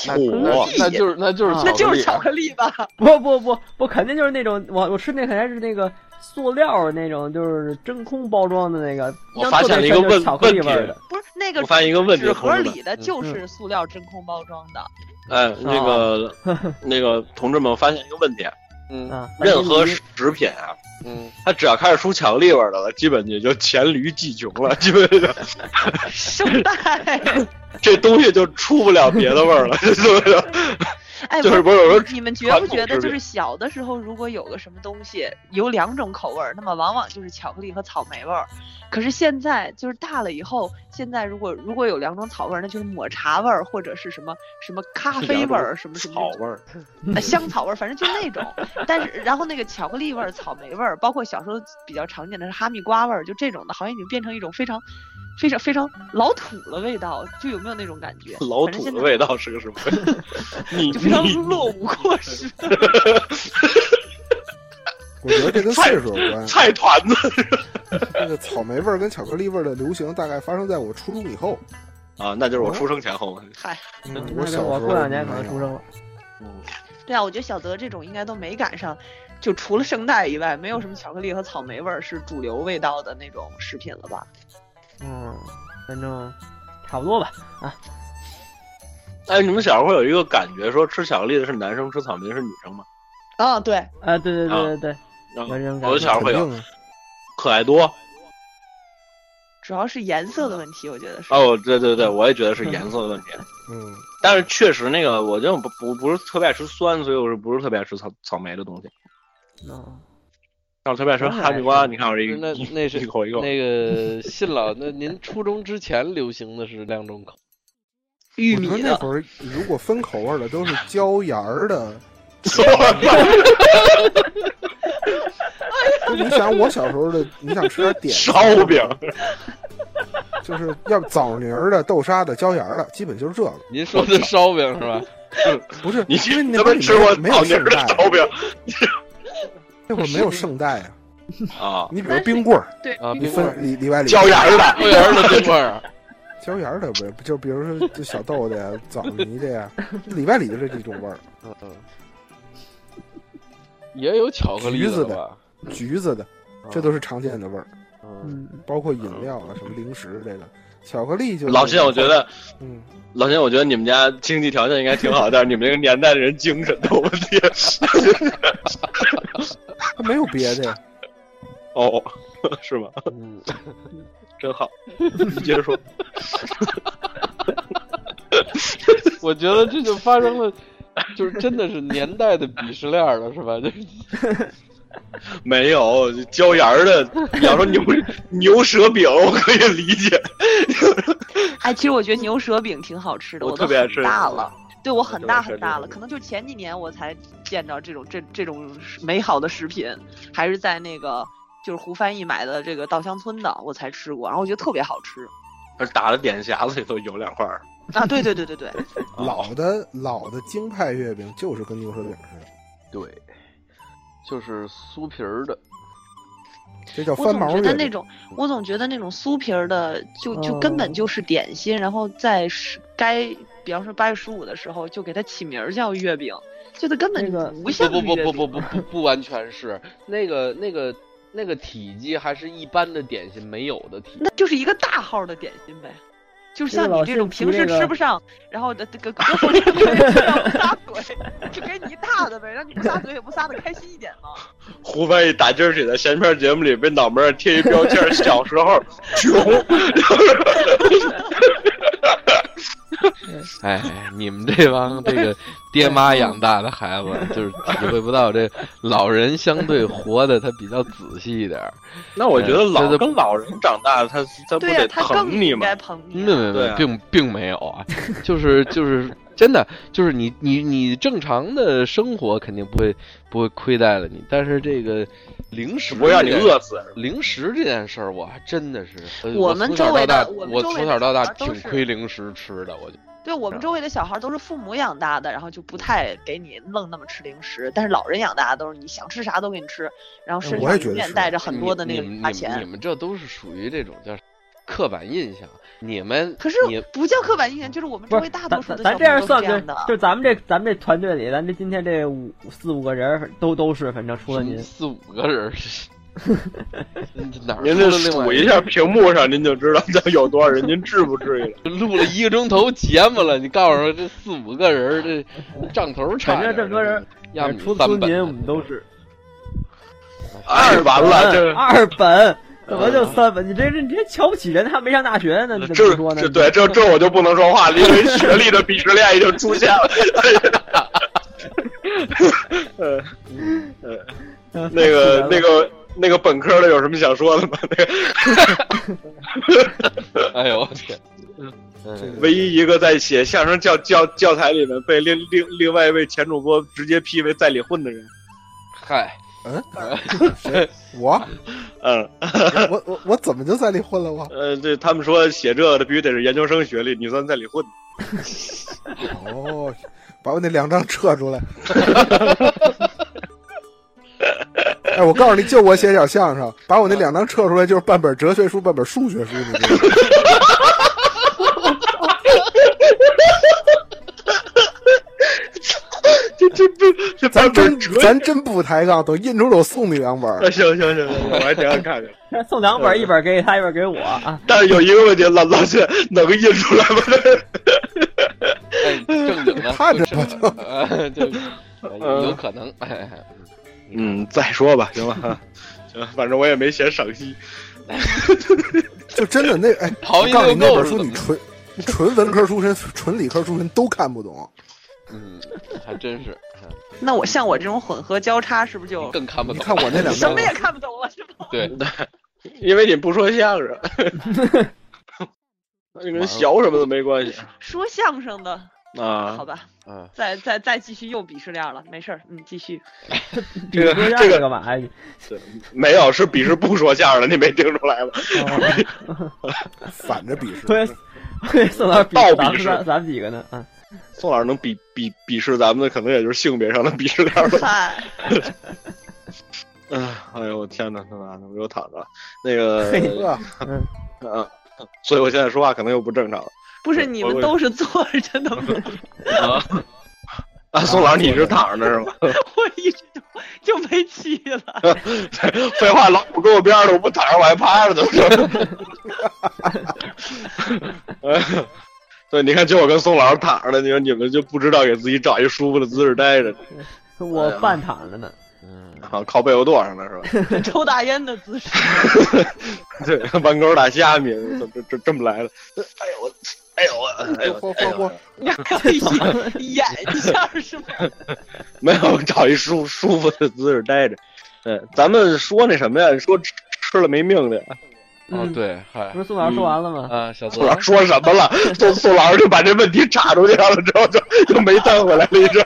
那哇那那就是那就是啊那就是巧巧克克力吧？不不不不，肯定就是那种我我吃那肯定是那个塑料的那种，就是真空包装的那个。我发现了一个问就是巧克力味儿问的题，不是那个我发现一个问题纸盒同志们里的就是塑料真空包装的，哎，那个 那个同志们，我发现一个问题：力，嗯啊，任何是食品啊，嗯，它只要开始出巧克力味儿的了，基本也就黔驴技穷了，基本 上圣代。这东西就出不了别的味儿 了，就是不是？哎，就是不不是有时候你们觉传不统觉制得，就是品小的时候，如果有个什么东西有两种口味儿，那么往往就是巧克力和草莓味儿。可是现在就是大了以后，现在如果如果有两种草味儿，那就是抹茶味儿或者是什么什么咖啡味儿，什么什么草味儿。呃香草味儿，反正就那种。但是然后那个巧克力味儿、草莓味儿，包括小时候比较常见的是哈密瓜味儿，就这种的，好像已经变成一种非常非常非常老土的味道，就有没有那种感觉？ 老反正土现的在味道是个什么？ 你就非常你落伍过时。 我觉得这跟岁数 有 关。菜团子这个草莓味儿跟巧克力味儿的流行，大概发生在我初中以后。啊，那就是我出生前后嘛。嗯那小时就候我过两年可能没有出生了。嗯，对啊，我觉得小泽这种应该都没赶上，就除了圣代以外，没有什么巧克力和草莓味儿是主流味道的那种食品了吧？嗯，反正差不多吧。哎，你们小时候有一个感觉，说吃巧克力的是男生，吃草莓的是女生吗？啊，对，啊，对对对对对，然后有这种感我觉小。时候会有肯定啊可爱多主要是颜色的问题，我觉得是。哦，对对对，我也觉得是颜色的问题。嗯，但是确实那个，我就不不不是特别爱吃酸，所以我是不是特别爱吃草草莓的东西？嗯，但我特别爱吃哈密瓜，你看我这一那那是一口一口，那个信老，那您初中之前流行的是两种口，玉我说米那的， 会儿如果分口味儿的都是椒盐儿的。 不是你想我小时候的，你想吃点点心烧饼，就是要不枣泥儿的、豆沙的、椒盐儿的，基本就是这个。您说的烧饼是吧？不是，你因为那他会儿们你吃过没有草泥没有圣儿的代，烧饼那会儿没有圣代啊。啊，你比如冰棍儿，啊，你冰棍分儿，里里外里椒盐儿的，桂圆儿的冰棍儿，啊椒盐儿的不是，就比如说就小豆的呀、枣泥的 呀，里外里就是这种味儿。嗯嗯，也有巧克力橘子的吧？橘子的，这都是常见的味儿，嗯，嗯，包括饮料啊、什么零食这个。巧克力就是老谢，我觉得嗯，老秦，我觉得你们家经济条件应该挺好，但是你们那个年代的人精神都有问题。它没有别的呀。哦， 是吗？嗯，真好，你接着说。我觉得这就发生了，就是真的是年代的鄙视链儿了，是吧？就是没有椒盐儿的，你要说牛 牛舌饼，我可以理解。哎，其实我觉得牛舌饼挺好吃的，我我特都别爱很吃大了。对我很大我特别爱吃很大牛了，舌饼可能就前几年我才见着这种这这种美好的食品，还是在那个就是胡翻译买的这个稻香村的，我才吃过，然后我觉得特别好吃而打的点匣子里头有两块儿，啊！对对对对对，啊老的老的京派月饼就是跟牛舌饼似的， 对，就是酥皮儿的，这叫我翻总毛觉月得那饼。种，我总觉得那种酥皮儿的，就就根本嗯就是点心，然后在是该，比方说八月十五的时候，就给它起名儿叫月饼，就它根本那个不像不不月不不饼不不不不完全是那个那个那个体积，还是一般的点心没有的体积那就是一个大号的点心呗。就是那像个老你这种谢提平时那个吃不上，然后的 这个胳膊这个也不让撒嘴，就给你一大的呗，让你不撒嘴也不撒的开心一点嘛。胡翻译打今儿起在闲篇节目里被脑门上贴一标签儿，小时候穷。哎，你们这帮这个爹妈养大的孩子，就是体会不到这老人相对活的他比较仔细一点儿。那我觉得对老对跟老人长大，他他不对呀、得他更疼你应吗该？捧你没啊。对没没啊，并并没有啊， 就是就是真的就是你你你正常的生活肯定不会不会亏待了你，但是这个零食只不会让你这件饿死。零食这件事儿，我还真的是，呃我们从小周围到大，的我们我周围从的小到大小孩都挺是亏零食吃的，我就对我们周围的小孩都是父母养大的，然后就不太给你愣那么吃零食，但是老人养大的都是你想吃啥都给你吃，然后嗯身我也上觉得永远是带着很多的那你个们你们你们花你钱。们这都是属于这种叫刻板印象，你们可是你不叫刻板印象，就是我们周不围是，大咱多数咱咱的小这样算朋友都是这对样的，。就是咱们这咱们这团队里，咱这今天这五四五个人儿都都是，反正除了什么您，四五个人儿 是，这哪儿您出这了另数外一下屏幕上，您就知道这有多少人，您至不至于。录了一个钟头节目了，你告诉我这四五个人儿这账头差反点儿正这么多人，要么呃除你了三本您，呢我们都是二完了，嗯这二本，怎么就三本？你这你这瞧不起人，还没上大学呢，你怎么说呢？这对这这我就不能说话了，因为学历的鄙视链已经出现了。呃呃，嗯那 个那，个那个本科的有什么想说的吗？那个哎呦我天，嗯唯一一个在写相声教教教材里面被另另另外一位前主哎播直接批为在里混的人，嗨，谁？我 嗯，我我我怎么就再离婚了？我呃，对他们说写这个的必须得是研究生学历，你算再离婚。哦，把我那两张撤出来。 哎，我告诉你，就我写小相声，把我那两张撤出来，就是半本哲学书，半本数学书。你知道吗这这这 这咱版 本真折咱真不抬杠，等印出来我送你两本儿。啊，行行行行，我还挺想看看。送两嗯本，一本给他，一本给我啊。 但是有一个问题，老老谢能印出来吗？ 哎，正经 的，看着吧吧，呃就呃有可能，哎，嗯，再说吧，行吧，啊行，反正我也没写赏析。就真的那哎，刨我一告诉溜你那够本是书，怎你么着纯纯文科出身、纯理科出身都看不懂。嗯，还真是，嗯那我像我这种混合交叉，是不是就更看不你懂。看我那两什张么，也看不懂了？是吧？对，因为你不说相 声，那你跟小什么都没关系说相声的，好啊。吧，嗯，再再再继续又鄙视链了，没事儿，嗯，继续。比如说这个干嘛呀？没有，是鄙视不说相声的，你没听出来吗？啊反着鄙视我。也我也送到比倒咱比们是咱咱们几个呢？啊，宋老师能鄙鄙鄙视咱们的，可能也就是性别上的鄙视链吧。嗨，嗯，哎呦我天哪，他妈的，我又躺着了。那个，呵 嗯，所以我现在说话可能又不正常了。不是你们都是 坐着 的吗？啊，啊，宋老师，你是躺着是吗？ 我一直就就没气了。废话，老虎跟我边上的，我不躺着我还趴着呢。 哎对，你看，就我跟宋老师躺着呢，你说你们就不知道给自己找一舒服的姿势待着，我半躺着呢。嗯，啊，靠背后垛上了是吧？抽大烟的姿势，对， 弯钩打虾米，怎么这这这么来的？哎呦我，哎呦我，哎呦嚯嚯哎呦嚯！你还 演一下是吗？没有找一舒舒服的姿势待着。对，咱们说那什么呀？说吃吃了没命的，哦嗯，对，嗨不，是宋老师说完了嗯吗？啊，小宋左，老师 说什么了？宋宋老师就把这问题岔出去了，之后就就没带回来了，一直。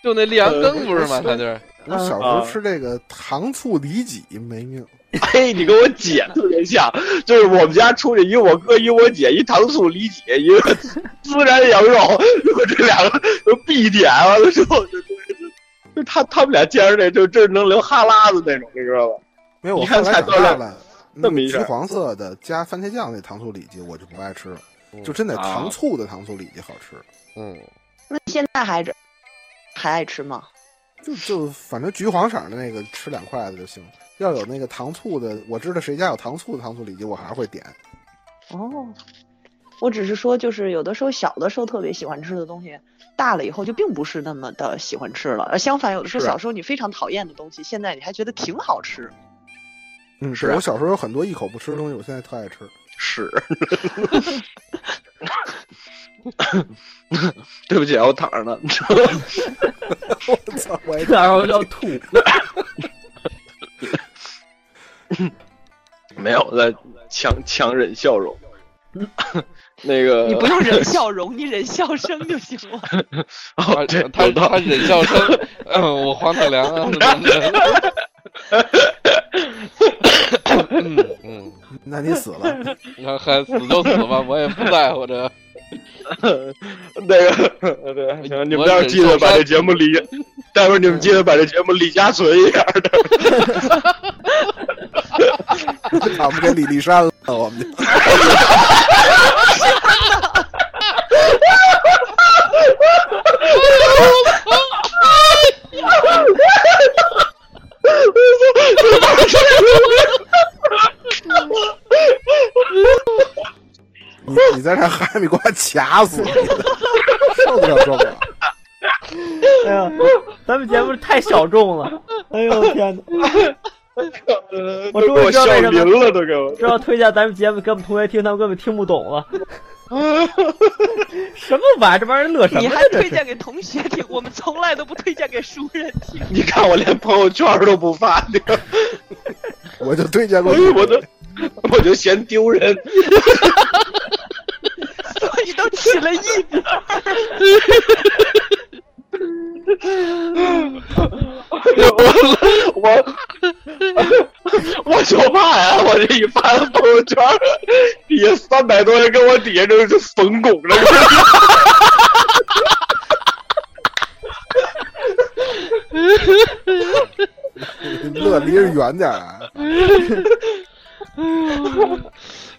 就那烈阳羹不是吗？嗯他就是，我小时啊候吃这个糖醋里脊没命， 嘿，哎你跟我姐特别像，就是我们家出去一个我哥，一个我姐，一糖醋里脊，一个孜然羊肉，我这两个就必点，完了之后就就就就他他们俩见着这就真是能流哈喇子那种，你知道吧？没有。我你看后来菜长单大了了，那么一橘下黄色的加番茄酱那糖醋里脊，我就不爱吃了。就真的啊糖醋的糖醋里脊好吃，嗯，那现在还着还爱吃吗？就就反正橘黄色的那个吃两筷子就行。要有那个糖醋的，我知道谁家有糖醋的糖醋里脊，我还是会点。 哦，我只是说，就是有的时候小的时候特别喜欢吃的东西，大了以后就并不是那么的喜欢吃了。而相反，有的时候是啊小时候你非常讨厌的东西，现在你还觉得挺好吃。嗯，是啊我小时候有很多一口不吃的东西，我现在特爱 吃。是。对不起啊，我躺着呢。 我操！我也宋老师要吐。没有，我在强强忍笑容。 那个，你不用忍笑 容，你忍笑声就行了。哦他，对，他有道他理忍笑声，嗯，我黄太良啊，等等嗯嗯，那你死了，那还死就死吧，我也不在乎这。 那个，对，行，你们哎我待会儿忍记得受把伤这节目 李，待会儿你们记得把这节目李家存一下。 俺们给李丽珊了，我们就。你你在这儿哈密瓜卡死你了，受得了受不了。 哎呀，咱们节目太小众了。哎呦天 哪！ 我都终给于我知道笑为什么晕了，都给我。知道推荐咱们节目给我们同学听，他们根本听不懂了。什么玩意儿？这帮人乐什么你呀？还这推是荐给同学听，我们从来都不推荐给熟人 听。你看我连朋友圈都不发，你看我就推荐过我你，哎我都我就嫌丢人。所以都起了异 名。 我我就怕呀！我这一发朋友圈，底下三百多人跟我底下就就冯巩了。乐离着远点儿啊！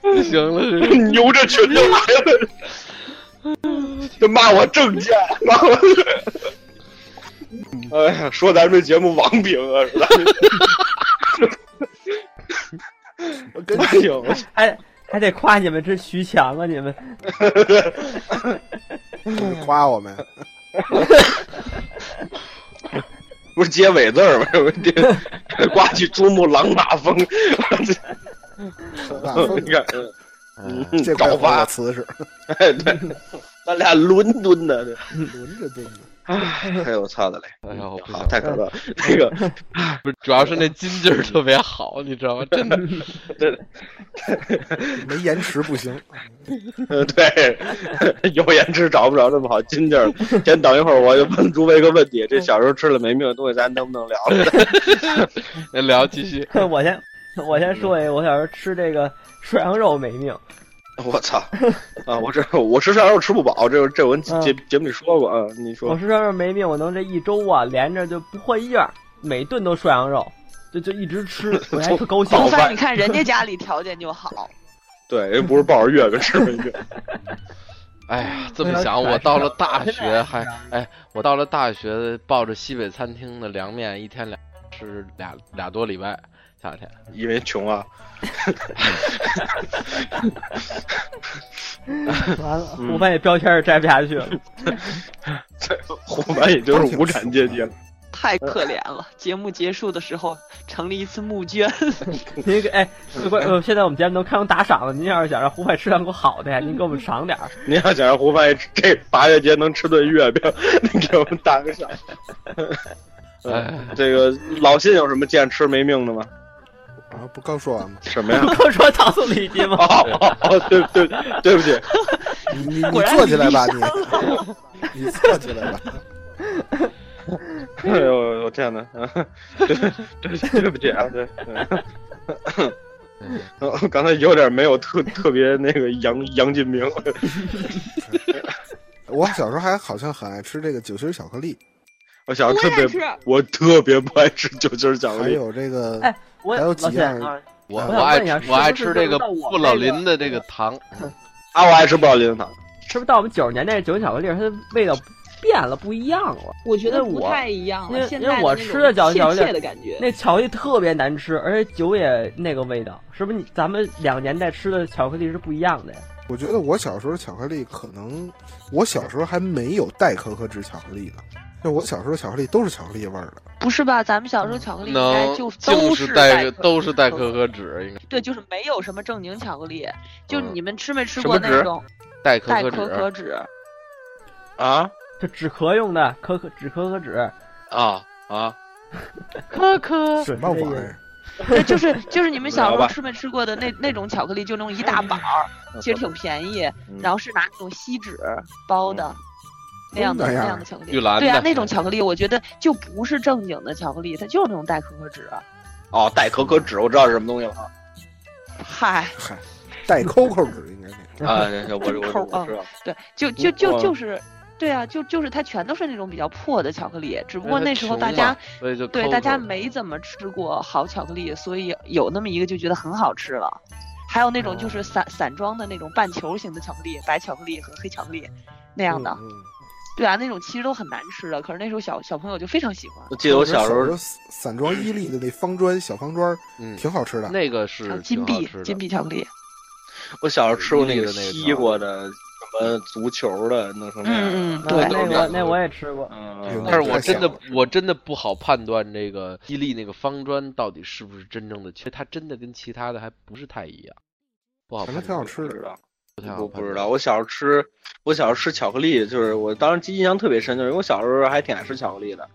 不行了， 这扭着裙子来了， 就骂我证件，骂我。 哎呀，说咱们这节目王平啊，说咱们我跟哎呦，还还得夸你们这徐强啊，你们 你夸我们， 不是结尾字儿吗？这 这刮起珠穆朗玛峰， 大你看，嗯嗯这搞怪发我，瓷实，哎 对，咱俩伦敦的， 对轮着蹲着。哎呦我操的嘞！哎呀，我不好，行，太可乐了。那个，不是，主要是那筋劲儿特别好，你知道吗？真的，没延迟不行，呃， 对， 有颜值找不着那么好筋劲儿。先等一会儿，我就问诸位一个问题：这小时候吃了没命的东西，咱能不能聊 了？那聊继续。我先我先说一个，我小时候吃这个涮羊肉没命，我操！啊，我这我吃涮肉吃不饱，这这我节节目里说过啊。你我说吃涮羊肉没命，我能这一周啊连着就不换样儿，每顿都涮羊肉，就就一直吃，我还特高 兴早不。饭凡，你看人家家里条件就好，对，人不是抱着月饼吃没月饼，哎呀，这么想，我到了大学还哎，我到了大学抱着西北餐厅的凉面，一天俩吃俩俩多礼拜，夏天。因为穷啊。 完了，嗯我发现标签儿摘不下去了。虎斑也就是无产阶级了。太可怜 了。节目结束的时候成立一次募捐， 您给哎，关呃，现在我们节目能开成打赏了。您要是想让胡派吃上口好的呀，您给我们赏点儿。 你要想让胡翻译这八月节能吃顿月饼，你给我们打个赏。哎， 这个老信有什么见吃没命的吗？啊，不刚说完吗？什么呀？不都说糖醋里脊吗？ 哦哦，对对对不起，你你你果然坐起来吧，你 你坐起来吧。哎呦我天哪，啊对对对不起啊，对，嗯嗯刚才有点没有特特别那个杨杨进明，我小时候还好像很爱吃这个酒心巧克力，我小时候 我也特是别，我特别不爱吃酒心巧克还力，有这个哎我还有老几谢样啊，我我我想爱问一下是吃不我爱是吃就这是个到我不这老个林的这个糖，啊，我爱吃不老林糖，是不是到我们九十年代这酒心巧克力，它的味道变了，不一样了？我觉得因为不我太一样因了。为现因为在我那吃的种饺子饺怯子怯的感觉，那巧克力特别难吃，而且酒也那个味道，是不是你？咱们两年代吃的巧克力是不一样的呀。我觉得我小时候巧克力可能，我小时候还没有带可可脂巧克力呢。就我小时候巧克力都是巧克力味儿的，不是吧？咱们小时候巧克力应该能就就都是带带都是带可可脂，应该对，就是没有什么正经巧克力，就是嗯你们吃没吃什过么纸那种带可带可可可脂脂？啊就止咳用的可可止咳可脂，啊啊，可可，什什么玩意儿？ 对，就是就是你们小时聊候吧吃没吃过的那那种巧克力，就那种一大板儿，其实挺便宜，后然后是拿那种锡纸包的那样的都那那样样的巧克玉力。兰对啊的，，那种巧克力我觉得就不是正经的巧克力，它就是那种带可可脂。啊哦，带可可脂，我知道是什么东西了 啊嗨，嗨，带 COCO 脂应该那个。啊，这这我我我我知道，对，就就就哇就是，对啊，就就是它全都是那种比较破的巧克力，只不因过为它那时候穷大嘛家所以就对抠大家抠没怎么吃过好巧克力，所以有那么一个就觉得很好吃了。还有那种就是散散装的那种半球形的巧克力，白巧克力和黑巧克力那样的，嗯嗯对啊，那种其实都很难吃的，可是那时候小小朋友就非常喜欢。我记得我小时候小时候散装伊利的那方砖小方砖嗯，挺好吃的，那个还有是金挺好币吃的，金币巧克力，我小时候吃过那绿个的那个西瓜的，什么足球的，弄成那样。嗯嗯，啊对，那都是我这那我也 吃过。嗯，但是我太真的小了我真的不好判断这个伊利那个方砖到底是不是真正的，其实它真的跟其他的还不是太一样，不好反判正断，挺好吃不知的。道，不太好我判不知断道。我小时候吃，我小时候吃巧克力，就是我当时印象特别深，就是因为我小时候还挺爱吃巧克力的。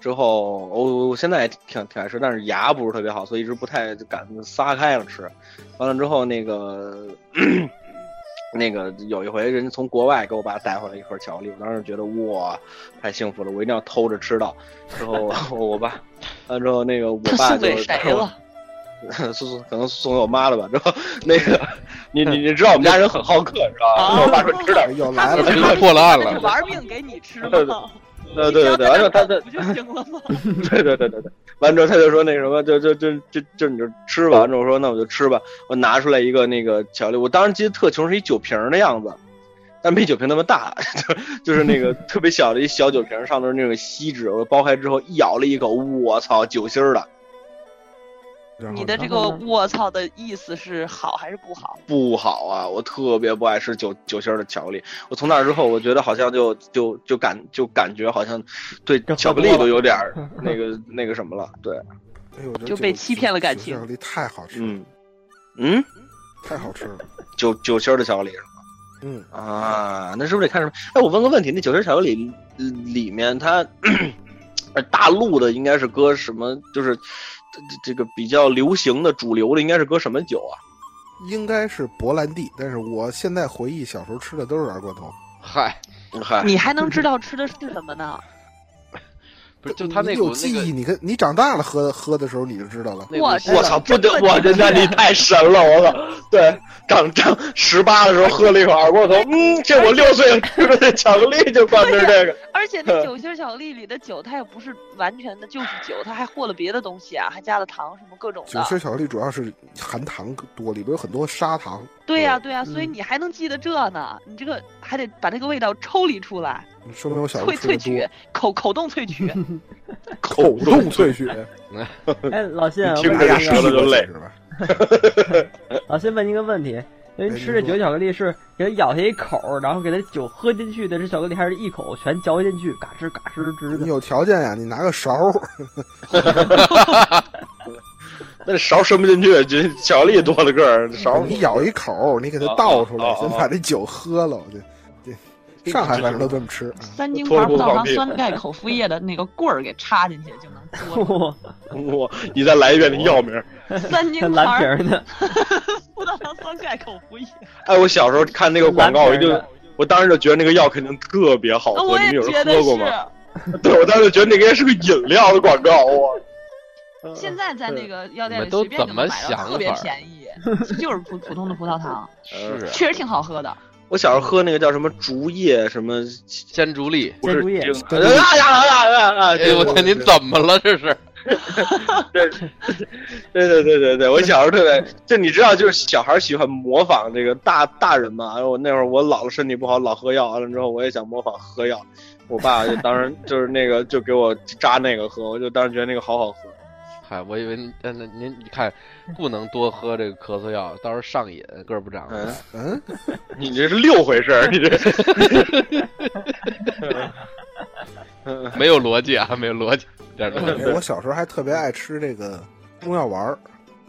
之后，我我我现在也挺挺爱吃，但是牙不是特别好，所以一直不太敢撒开了吃。完了之后，那个那个有一回，人家从国外给我爸带回来一盒巧克力，我当时觉得哇，太幸福了，我一定要 偷着吃到。之后我爸，完了之后那个我他爸送就给谁了？ 送可能送给我妈了吧，之后那个你你你知道我们家人很好客是吧？我爸说你吃点哎又来了他，这个破了案那了，就玩命给你吃对嘛，呃 对对对，完之后他他不就行了吗？对对对对对，完之后他就说那什么，就就就就就你就吃吧。完之后我说那我就吃吧，我拿出来一个那个巧克力，我当时记得特清楚，是一酒瓶儿的样子，但没酒瓶那么大， 就就是那个特别小的一小酒瓶儿，上头是那种锡纸，我剥开之后一咬了一口，我操，酒心儿的，然后你的这然个后呢我操的意思是好还是不好？不好啊！我特别不爱吃酒酒心儿的巧克力。我从那之后，我觉得好像就就就感就感觉好像对这喝巧克多力了都有点儿那个那个什么了。对，哎呦，我觉得就被酒欺骗了感酒情巧克力太好吃，了，嗯嗯，太好吃了。酒酒心儿的巧克力。嗯，啊，那是不是得看什么？哎，我问个问题，那九星巧克力里嗯里面它， 呃大陆的应该是搁什么？就是这这个比较流行的主流的应该是搁什么酒啊？应该是勃兰地，但是我现在回忆小时候吃的都是二锅头。嗨，嗨，你还能知道吃的是什么呢？不是就他那你股有记那个忆，你跟你长大了喝喝的时候你就知道了。那我股知我道操，不真得的我这那你太神了，我操！对，长长十八的时候喝了一口二锅头，嗯，这我六岁吃的这巧克力就灌成这个，而且那酒心儿巧克力里的酒，它也不是完全的就是酒，它还和了别的东西啊，还加了糖什么各种酒的。心巧克力主要是含糖多，里边有很多砂糖。对呀、对呀、所以嗯你还能记得这呢？你这个还得把这个味道抽离出来，说明我小时候萃吃的萃多取。，口口动萃取。口动萃取，哎，老信啊，你我听问着哎呀，这舌头就你一个累是吧？老信啊问您一个问题：您吃这酒巧克力是给它咬下一口，然后给它酒喝进去的这巧克力，还是一口全嚼进去，嘎吱嘎吱吱你的？有条件呀，你拿个勺儿，那勺伸不进去，这巧克力多了个儿，勺你咬一口，你给它倒出来，先把这酒喝了。这这上海反正都这么吃。啊三金脱环裤皂放糖屁酸钙口服液的那个棍儿给插进去就能嘬了。我你再来一遍你药名。三金蓝环儿瓶的，葡萄糖酸钙口服液。哎，我小时候看那个广告，我蓝瓶就的我当时就觉得那个药肯定特别好啊，喝，我你也们有觉人得喝过吗？是。对，我当时就觉得那个应该是个饮料的广告，我。现在在那个药店你们里都随便就能买怎么到，特别想法便宜， 就是普普通的葡萄糖，呃是啊确实挺好喝的。我小时候喝那个叫什么竹叶什么，煎竹沥。不是竹叶这个啊呀啊呀啊呀！哎呦我天，您怎么了这是？对对对对对，我小时候特别，就你知道，就是小孩喜欢模仿这个大大人嘛。然后我那会儿我老了身体不好，老喝药，完了之后我也想模仿喝药。我爸就当时就是那个就给我扎那个喝，我就当时觉得那个好好喝。嗨，我以为您呃那您你看，不能多喝这个咳嗽药，到时候上瘾，个儿不长了。嗯，嗯，你这是六回事儿，你这。 嗯没有逻辑啊，没有逻辑，一点逻辑。 我小时候还特别爱吃这个中药丸儿，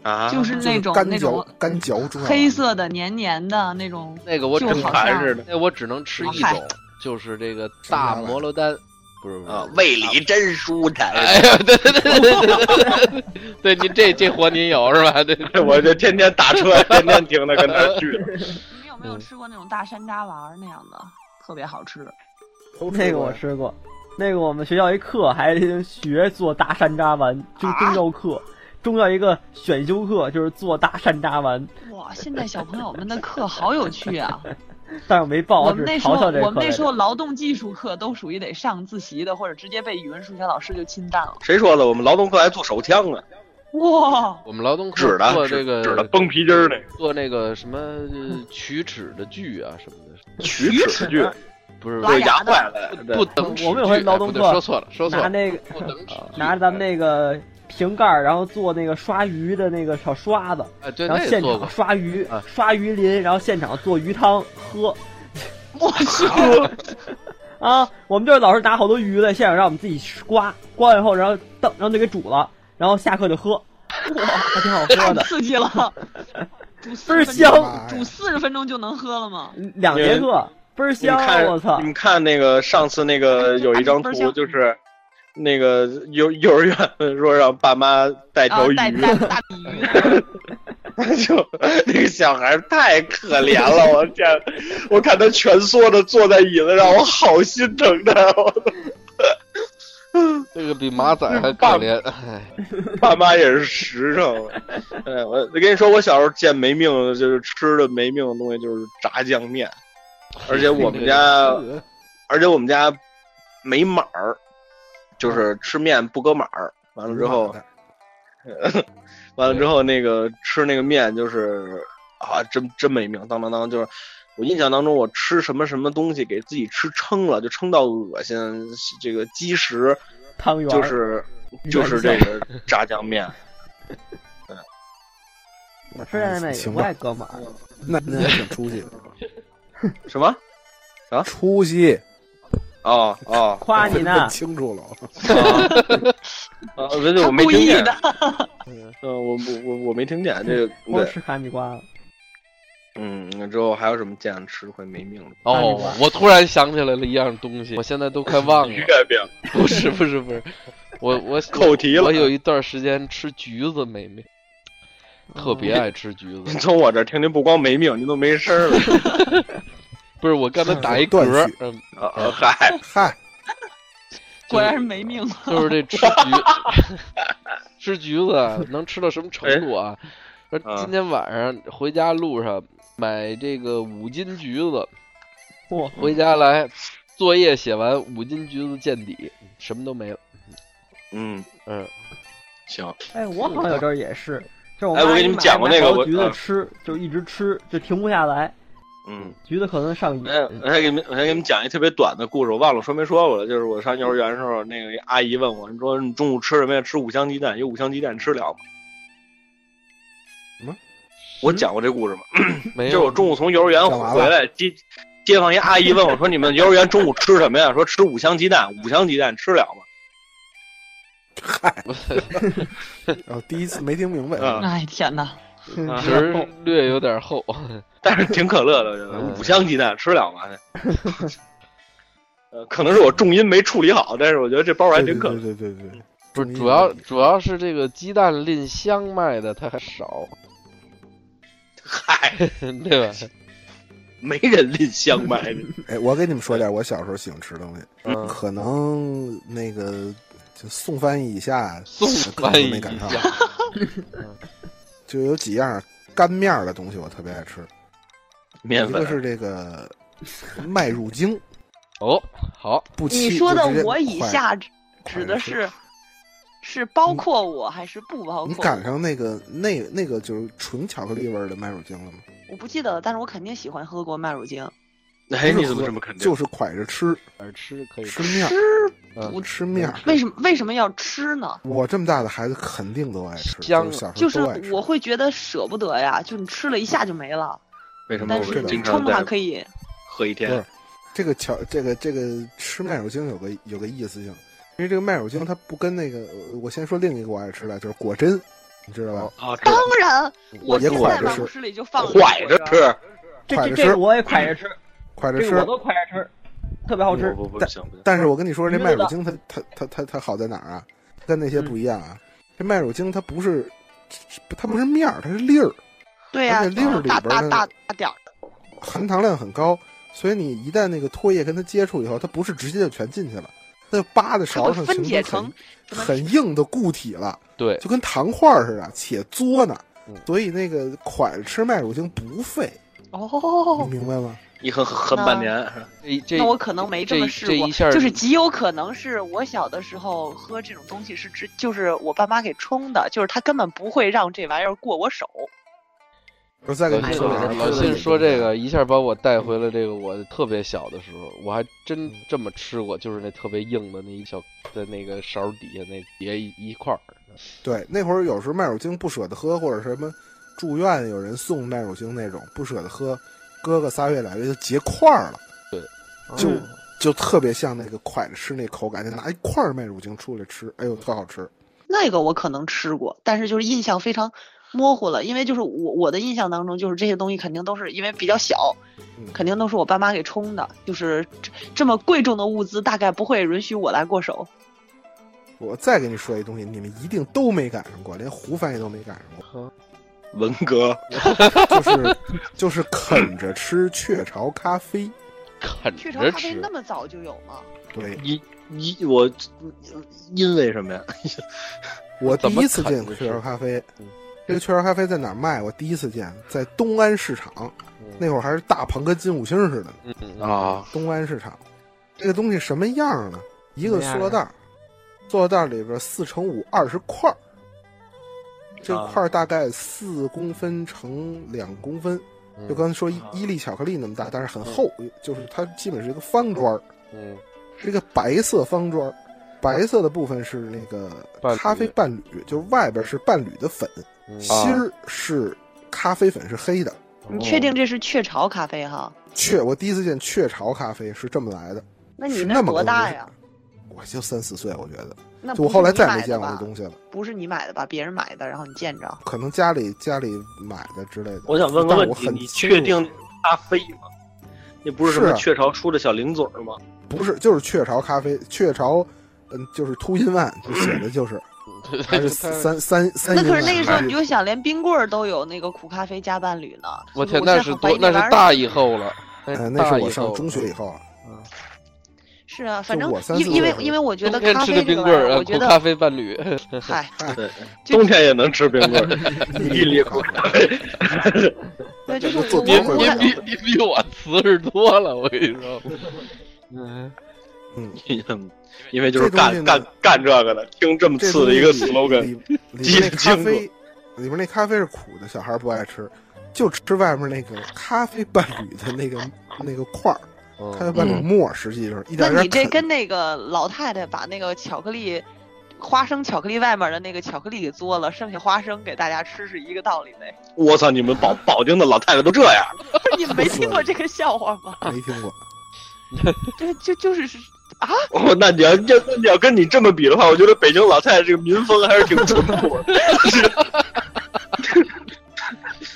啊，就是那种干那嚼种干嚼中药丸儿黑色的、黏黏的那种，那个我只就好盘像似的那我只能吃一嗨种，就是这个大摩罗丹，不是不是啊，胃里真舒坦。哎呀，对对对对对对对对，对您这这活您有是吧？对，我就天天打车，天天停着跟那儿 聚。你们有没嗯有吃过那种大山楂丸儿那样的？特别好吃，都吃那个过我呀吃过，那个我们学校一课还学做大山楂丸，就啊中药课，中药一个选修课就是做大山楂丸，哇！现在小朋友们的课好有趣 啊！哦但是我没报，我只们那时候嘲笑这个我课们来那着时候劳动技术课都属于得上自习的，或者直接被语文、数学老师就侵占了。谁说的？我们劳动课还做手枪呢， 哇，我们劳动指课的做指这个指的绷皮筋儿那个做那个什么呃曲尺的锯啊什么的，取齿锯，不是拉对，牙牙坏了，对不等尺我们有回锯劳哎动不对课说错了，说错拿了，那个不等尺啊锯拿着咱们那个瓶盖儿，然后做那个刷鱼的那个小刷子，哎对然后那也现做过场，刷鱼啊，刷鱼鳞，然后现场做鱼汤喝。我去！啊，我们就是老师拿好多鱼来，现场让我们自己刮，刮完以后，然后等，然后就给煮了，然后下课就喝，还挺好喝太的。刺 激了，煮倍儿四十分钟香，妈呀煮四十分钟就能喝了吗？两节课倍儿你们香，看，我嗯操你！们看那个上次那 个有一张哎不是图，香就是那个幼幼儿园说让爸妈带啊条，鱼，带带大鲤 鱼， 就那个小孩太可怜了，我天！我看他蜷缩着坐在椅子上，我好心疼他。我对个比马仔还可怜。哎，爸妈也是实诚。哎，我我跟你说，我小时候见没命的，就是吃的没命的东西就是炸酱面，而且我们家，哦而且我们家没码儿，就是吃面不搁码儿。嗯完了嗯之后，完了之后那个吃那个面就是啊，真真没命，当当当就是。我印象当中，我吃什么什么东西给自己吃撑了，就撑到恶心，这个积食汤圆儿就是就是这个炸酱面。我吃在嗯那也行不吧爱搁码，那那还挺出息的， 什么？出息，哦 哦夸你呢问。清楚了，啊！对对，我没故听意见。的，嗯，我我我我没听见这个。光对，吃哈密瓜了，嗯，那之后还有什么见着吃会没命的？哦，我突然想起来了一样东西，我现在都快 忘了。饼不是不是不是，我我扣题了我有一段时间吃橘子没没，特别爱吃橘 子。从我这儿听您不光没命，您都没声儿了。 不是我刚才打一断嗝续，嗯，啊啊嗨，嗨，果然是没命。就是这吃橘 吃橘子啊能吃到什么程度啊？说啊今天晚上回家路上买这个五斤橘子，嚯，回家来作业写完五斤橘子见底，什么都没了。嗯，嗯，行，哎，我好像有阵儿也是，就是我哎我妈给你一们买讲过那个买好我橘子嗯吃，就一直吃，就停不下来，嗯。橘子可能上瘾。哎，我还给你们，我还给你们讲一特别短的故事，我忘了说没说过了。就是我上幼儿园的时候，那个一阿姨问我，你说你中午吃什么呀？吃五香鸡蛋，有五香鸡蛋吃了吗？什么？我讲过这故事吗？没就是我 有。中午从幼儿园干嘛回来，街街坊一阿姨问我说：“你们幼儿园中午吃什么呀？”说吃五香鸡蛋，五香鸡蛋吃了吗？嗨，然后第一次没听明白，啊啊嗯哎天哪，啊皮 儿略有点 厚，但是挺可乐的，我 觉得嗯五香鸡蛋吃了吗？ 呃，可能是我重音没处理好，但是我觉得这包还对挺对可对乐。对对对，不是中医主要问题主要是这个鸡蛋拎箱卖的它还少， 嗨，对吧？没人拎香 卖的。哎，我给你们说点我小时候喜欢吃的东西，嗯，可能那个就送翻译以下，送可翻能译没一赶上，下，就有几样干面儿的东西我特别爱吃，面一个粉是这个麦乳 精，哦，好，不你期说的就直接我以快下快指的吃是是包括我还是不包你括赶我？上那个那那个就是纯巧克力味儿的麦乳精了吗？我不记得了，但是我肯定喜欢喝过麦乳精。哎，不是你怎么喝这么肯定？就是蒯着吃，而吃可以吃面儿，吃嗯不吃面儿。为什么为什么要吃呢？我这么大的孩子肯定都爱吃，香就是小时啊就候是嗯都爱吃。我会觉得舍不得呀，就你吃了一下就没了，为什么但我是们这你经撑常的话在可以。喝一不天是？这个巧，这个这个吃麦乳精有个有个意思性，因为这个麦乳精它不跟那个，呃我先说另一个我爱吃的，就是果真，你知道吧？啊？当然，我也现在蒯着办吃公，室里就放了蒯着一吃，这快这着这吃个我也快着吃，蒯着这个我吃。都快着吃，特别好吃。不不不行不行，但是我跟你说，这鱼麦的乳精它它它它它好在哪儿啊？跟嗯那些不一样啊。这麦乳精它不是，它不是面儿，它是粒儿，对呀、而且粒儿里大边儿大的大大点儿的，含糖量很高，所以你一旦那个唾液跟它接触以后，它不是直接就全进去了，它就扒在它勺会上分解形成成什么很很硬的固体了，对，就跟糖块儿似的，且作呢嗯。所以那个款吃麦乳精不费，你哦。明白吗？一横横半年。这这那我可能没这么试这过一下儿，就是极有可能是我小的时候喝这种东西是之，就是我爸妈给冲的，就是他根本不会让这玩意儿过我手。我再跟老你哎信说两个老吃的信说这个，一下把我带回了这个我特别小的时候，我还真这么吃过，就是那特别硬的那一小在那个勺底下那叠一一块儿，对，那会儿有时候麦乳精不舍得喝，或者什么住院有人送麦乳精那种不舍得喝，哥哥仨月俩月就结块儿了，就嗯就特别像那个款吃那口感，就拿一块儿麦乳精出来吃，哎呦，特好吃。那个我可能吃过，但是就是印象非常模糊了，因为就是我我的印象当中，就是这些东西肯定都是因为比较小，嗯肯定都是我爸妈给冲的，就是这这么贵重的物资，大概不会允许我来过手。我再跟你说一东西，你们一定都没赶上过，连胡翻译都没赶上过，文革就是 就是啃着吃雀巢咖啡。啃雀巢着咖啡吃那。么早就有吗？对，一一我因为什么呀？我第怎么一次啃见着雀巢吃咖啡嗯，这个雀巢咖啡在哪儿卖？我第一次见，在东安市场，那嗯会儿还是大棚跟金五星似的呢。嗯啊，东安市场，这个东西什么样呢？一个什么样啊塑料袋儿，塑料袋儿里边四乘五二十块儿，这啊块儿大概四公分乘两公分，嗯就刚才说一啊一粒巧克力那么大，但是很厚，就是它基本是一个方砖儿，嗯是一个白色方砖儿。白色的部分是那个伴侣咖啡伴侣，就是外边是伴侣的粉，嗯 芯儿是咖啡粉是黑的。你确哦定这是雀巢咖啡哈？雀，我第一次见雀巢咖啡是这么来的，那是你那么多个大东西呀？？我就三四岁，我觉得，那就不我是后来你再买没的见过吧这东西了，不是你买的吧？别人买的，然后你见着。可能家里家里买的之类的。我想问个但问我题，很你清确楚定咖啡吗？那不是什么是啊雀巢出的小零嘴儿吗？不是就是雀巢咖啡，雀巢，嗯，就是秃鹰万就写的嗯就是，对还是他三三三那英可是万。那个时候你就想，连冰棍儿都有那个苦咖啡加伴侣呢。我所以天，现那在是很怀多疑那玩是儿大以后 了，呃，那那是大我以上后中了学以后啊，是就啊，反正我三四因因岁为的时候因为我觉得冬天咖吃的啡这冰个棍玩儿意啊，儿，我苦觉咖得啡伴 侣，嗨，对，就冬天也能吃冰棍儿，一粒 苦咖啡。对，就是我我做你冰我棍我儿感的你比你比我 瓷实多了，我跟你说。嗯，因为就是这东西干呢干干这个的，听这么这次的东一个西 slogan，里 里边那咖经啡，里边那咖啡是苦的，小孩不爱吃，就吃外面那个咖啡伴侣的那个那个块儿，咖啡伴侣嗯沫，实际上一那点你点这啃。跟那个老太太把那个巧克力。花生巧克力外面的那个巧克力给嘬了，剩下花生给大家吃是一个道理呗。 我操，你们保保定的老太太都这样， 你们没听过这个笑话吗？ 没听过，这就就是是哦，那你要要那你要跟你这么比的话，我觉得北京老太太这个民风还是挺淳朴的。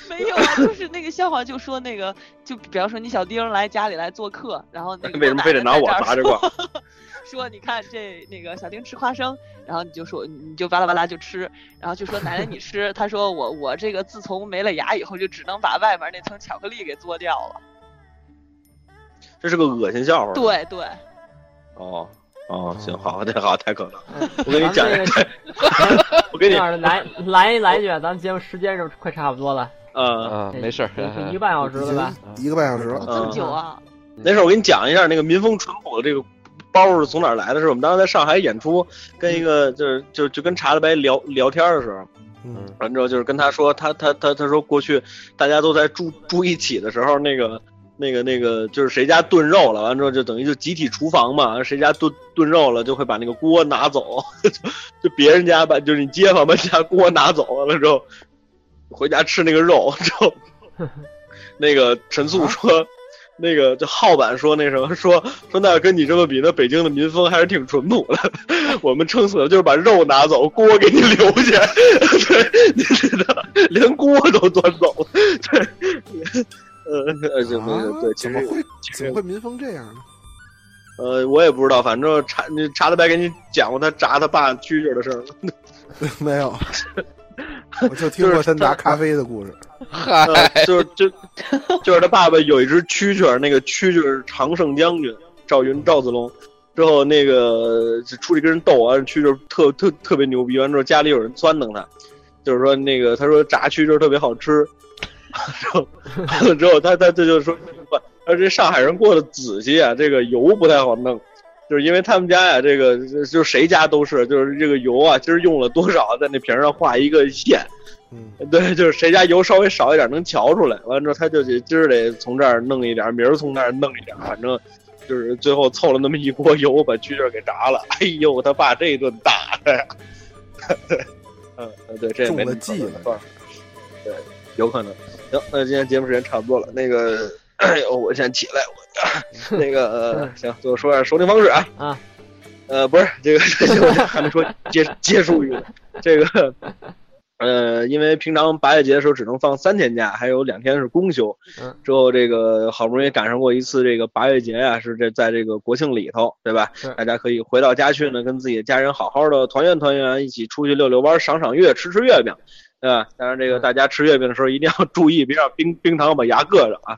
没有啊，就是那个笑话，就说那个，就比方说你小丁儿来家里来做客，然后那个为什么非得拿我砸这块块？儿？说你看这那个小丁吃花生，然后你就说你就巴拉巴拉就吃，然后就说奶奶你吃，他说我我这个自从没了牙以后，就只能把外面那层巧克力给嘬掉了。这是个恶心笑话。，对对，哦哦，行，哦好，这好，太可乐了。我我跟你讲，这个 我跟你这样来来一来一句，咱们节目时间是不是快差不多 了？呃，啊，没事儿。 已经一个半小时了吧？已经一个半小时了。这么久啊，那时候我给你讲一下那个民风淳朴的这个包是从哪儿来的。是我们当时在上海演出，跟一个就是就就跟查德白聊聊天的时候，嗯，完之后就是跟他说，他他他他说过去大家都在住住一起的时候，那个那个那个就是谁家炖肉了，完之后就等于就集体厨房嘛，谁家炖炖肉了就会把那个锅拿走， 就别人家把就是你街坊把你家锅拿走完了之后，回家吃那个肉之后，那个陈素说。那个就浩版说那什么 说说那跟你这么比，那北京的民风还是挺淳朴的。 我们撑死了就是把肉拿走，锅给你留下。 对，你知道，连锅都端走 了。对，呃，呃，对啊对，其怎么实会其怎么实会民风这样呢？ 呃，我也不知道，反正查那查德白给你讲过他炸他爸蛐蛐的事儿吗？没有， 我就听过他拿咖啡的故事。嗨，呃，就是就就是他爸爸有一只蛐蛐儿，那个蛐蛐儿是常胜将军赵云赵子龙。之后那个就出去跟人斗啊，蛐蛐儿特特特别牛逼。完之后家里有人撺掇他，就是说那个他说炸蛐蛐儿特别好吃。之后完了之后他他这就说不，他说这上海人过得仔细啊，这个油不太好弄。就是因为他们家呀、这个就就谁家都是，就是这个油啊，今儿用了多少，在那瓶儿上画一个线，嗯， 对，就是谁家油稍微少一点能瞧出来，完了之后他就得今儿得从这儿弄一点，明儿从那儿弄一点，反正就是最后凑了那么一锅油，把蛐蛐儿给炸了。 哎呦，他爸这一顿打的呀！ 对，嗯，对，这也没中了计了算对，有可能。行，那今天节目时间差不多了，那个，哎呦，我先起来，我 那个、呃、行，最后说一下收听方式啊。啊。呃，不是这个，这个我还没说结结束语呢，这个。呃，因为平常八月节的时候只能放三天假，还有两天是公休嗯。之后这个好不容易赶上过一次这个八月节啊，是这在这个国庆里头，对吧是？大家可以回到家去呢，跟自己的家人好好的团圆团圆，一起出去遛遛弯儿、赏赏月、吃吃月饼，对吧？当然，这个嗯大家吃月饼的时候一定要注意，别让冰冰糖把牙硌着啊。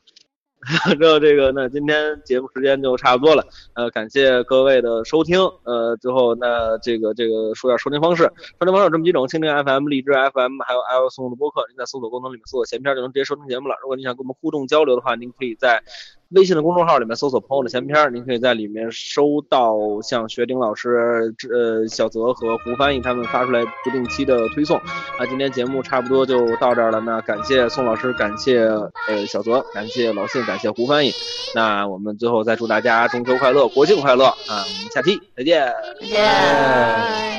反正这个那今天节目时间就差不多了，呃，感谢各位的收听，呃，之后那这个这个说点收听方式，收听方式有这么几种：蜻蜓 FM、荔枝 FM，还有 iOS 送的播客，您在搜索功能里面搜索“闲篇”就能直接收听节目了。如果您想跟我们互动交流的话，您可以在微信的公众号里面搜索“朋友的闲篇儿”，您可以在里面收到像学鼎老师、呃小泽和胡翻译他们发出来不定期的推送。那今天节目差不多就到这儿了，那感谢宋老师，感谢呃小泽，感谢老信，感谢胡翻译。那我们最后再祝大家中秋快乐，国庆快乐啊！我们下期再见。再见。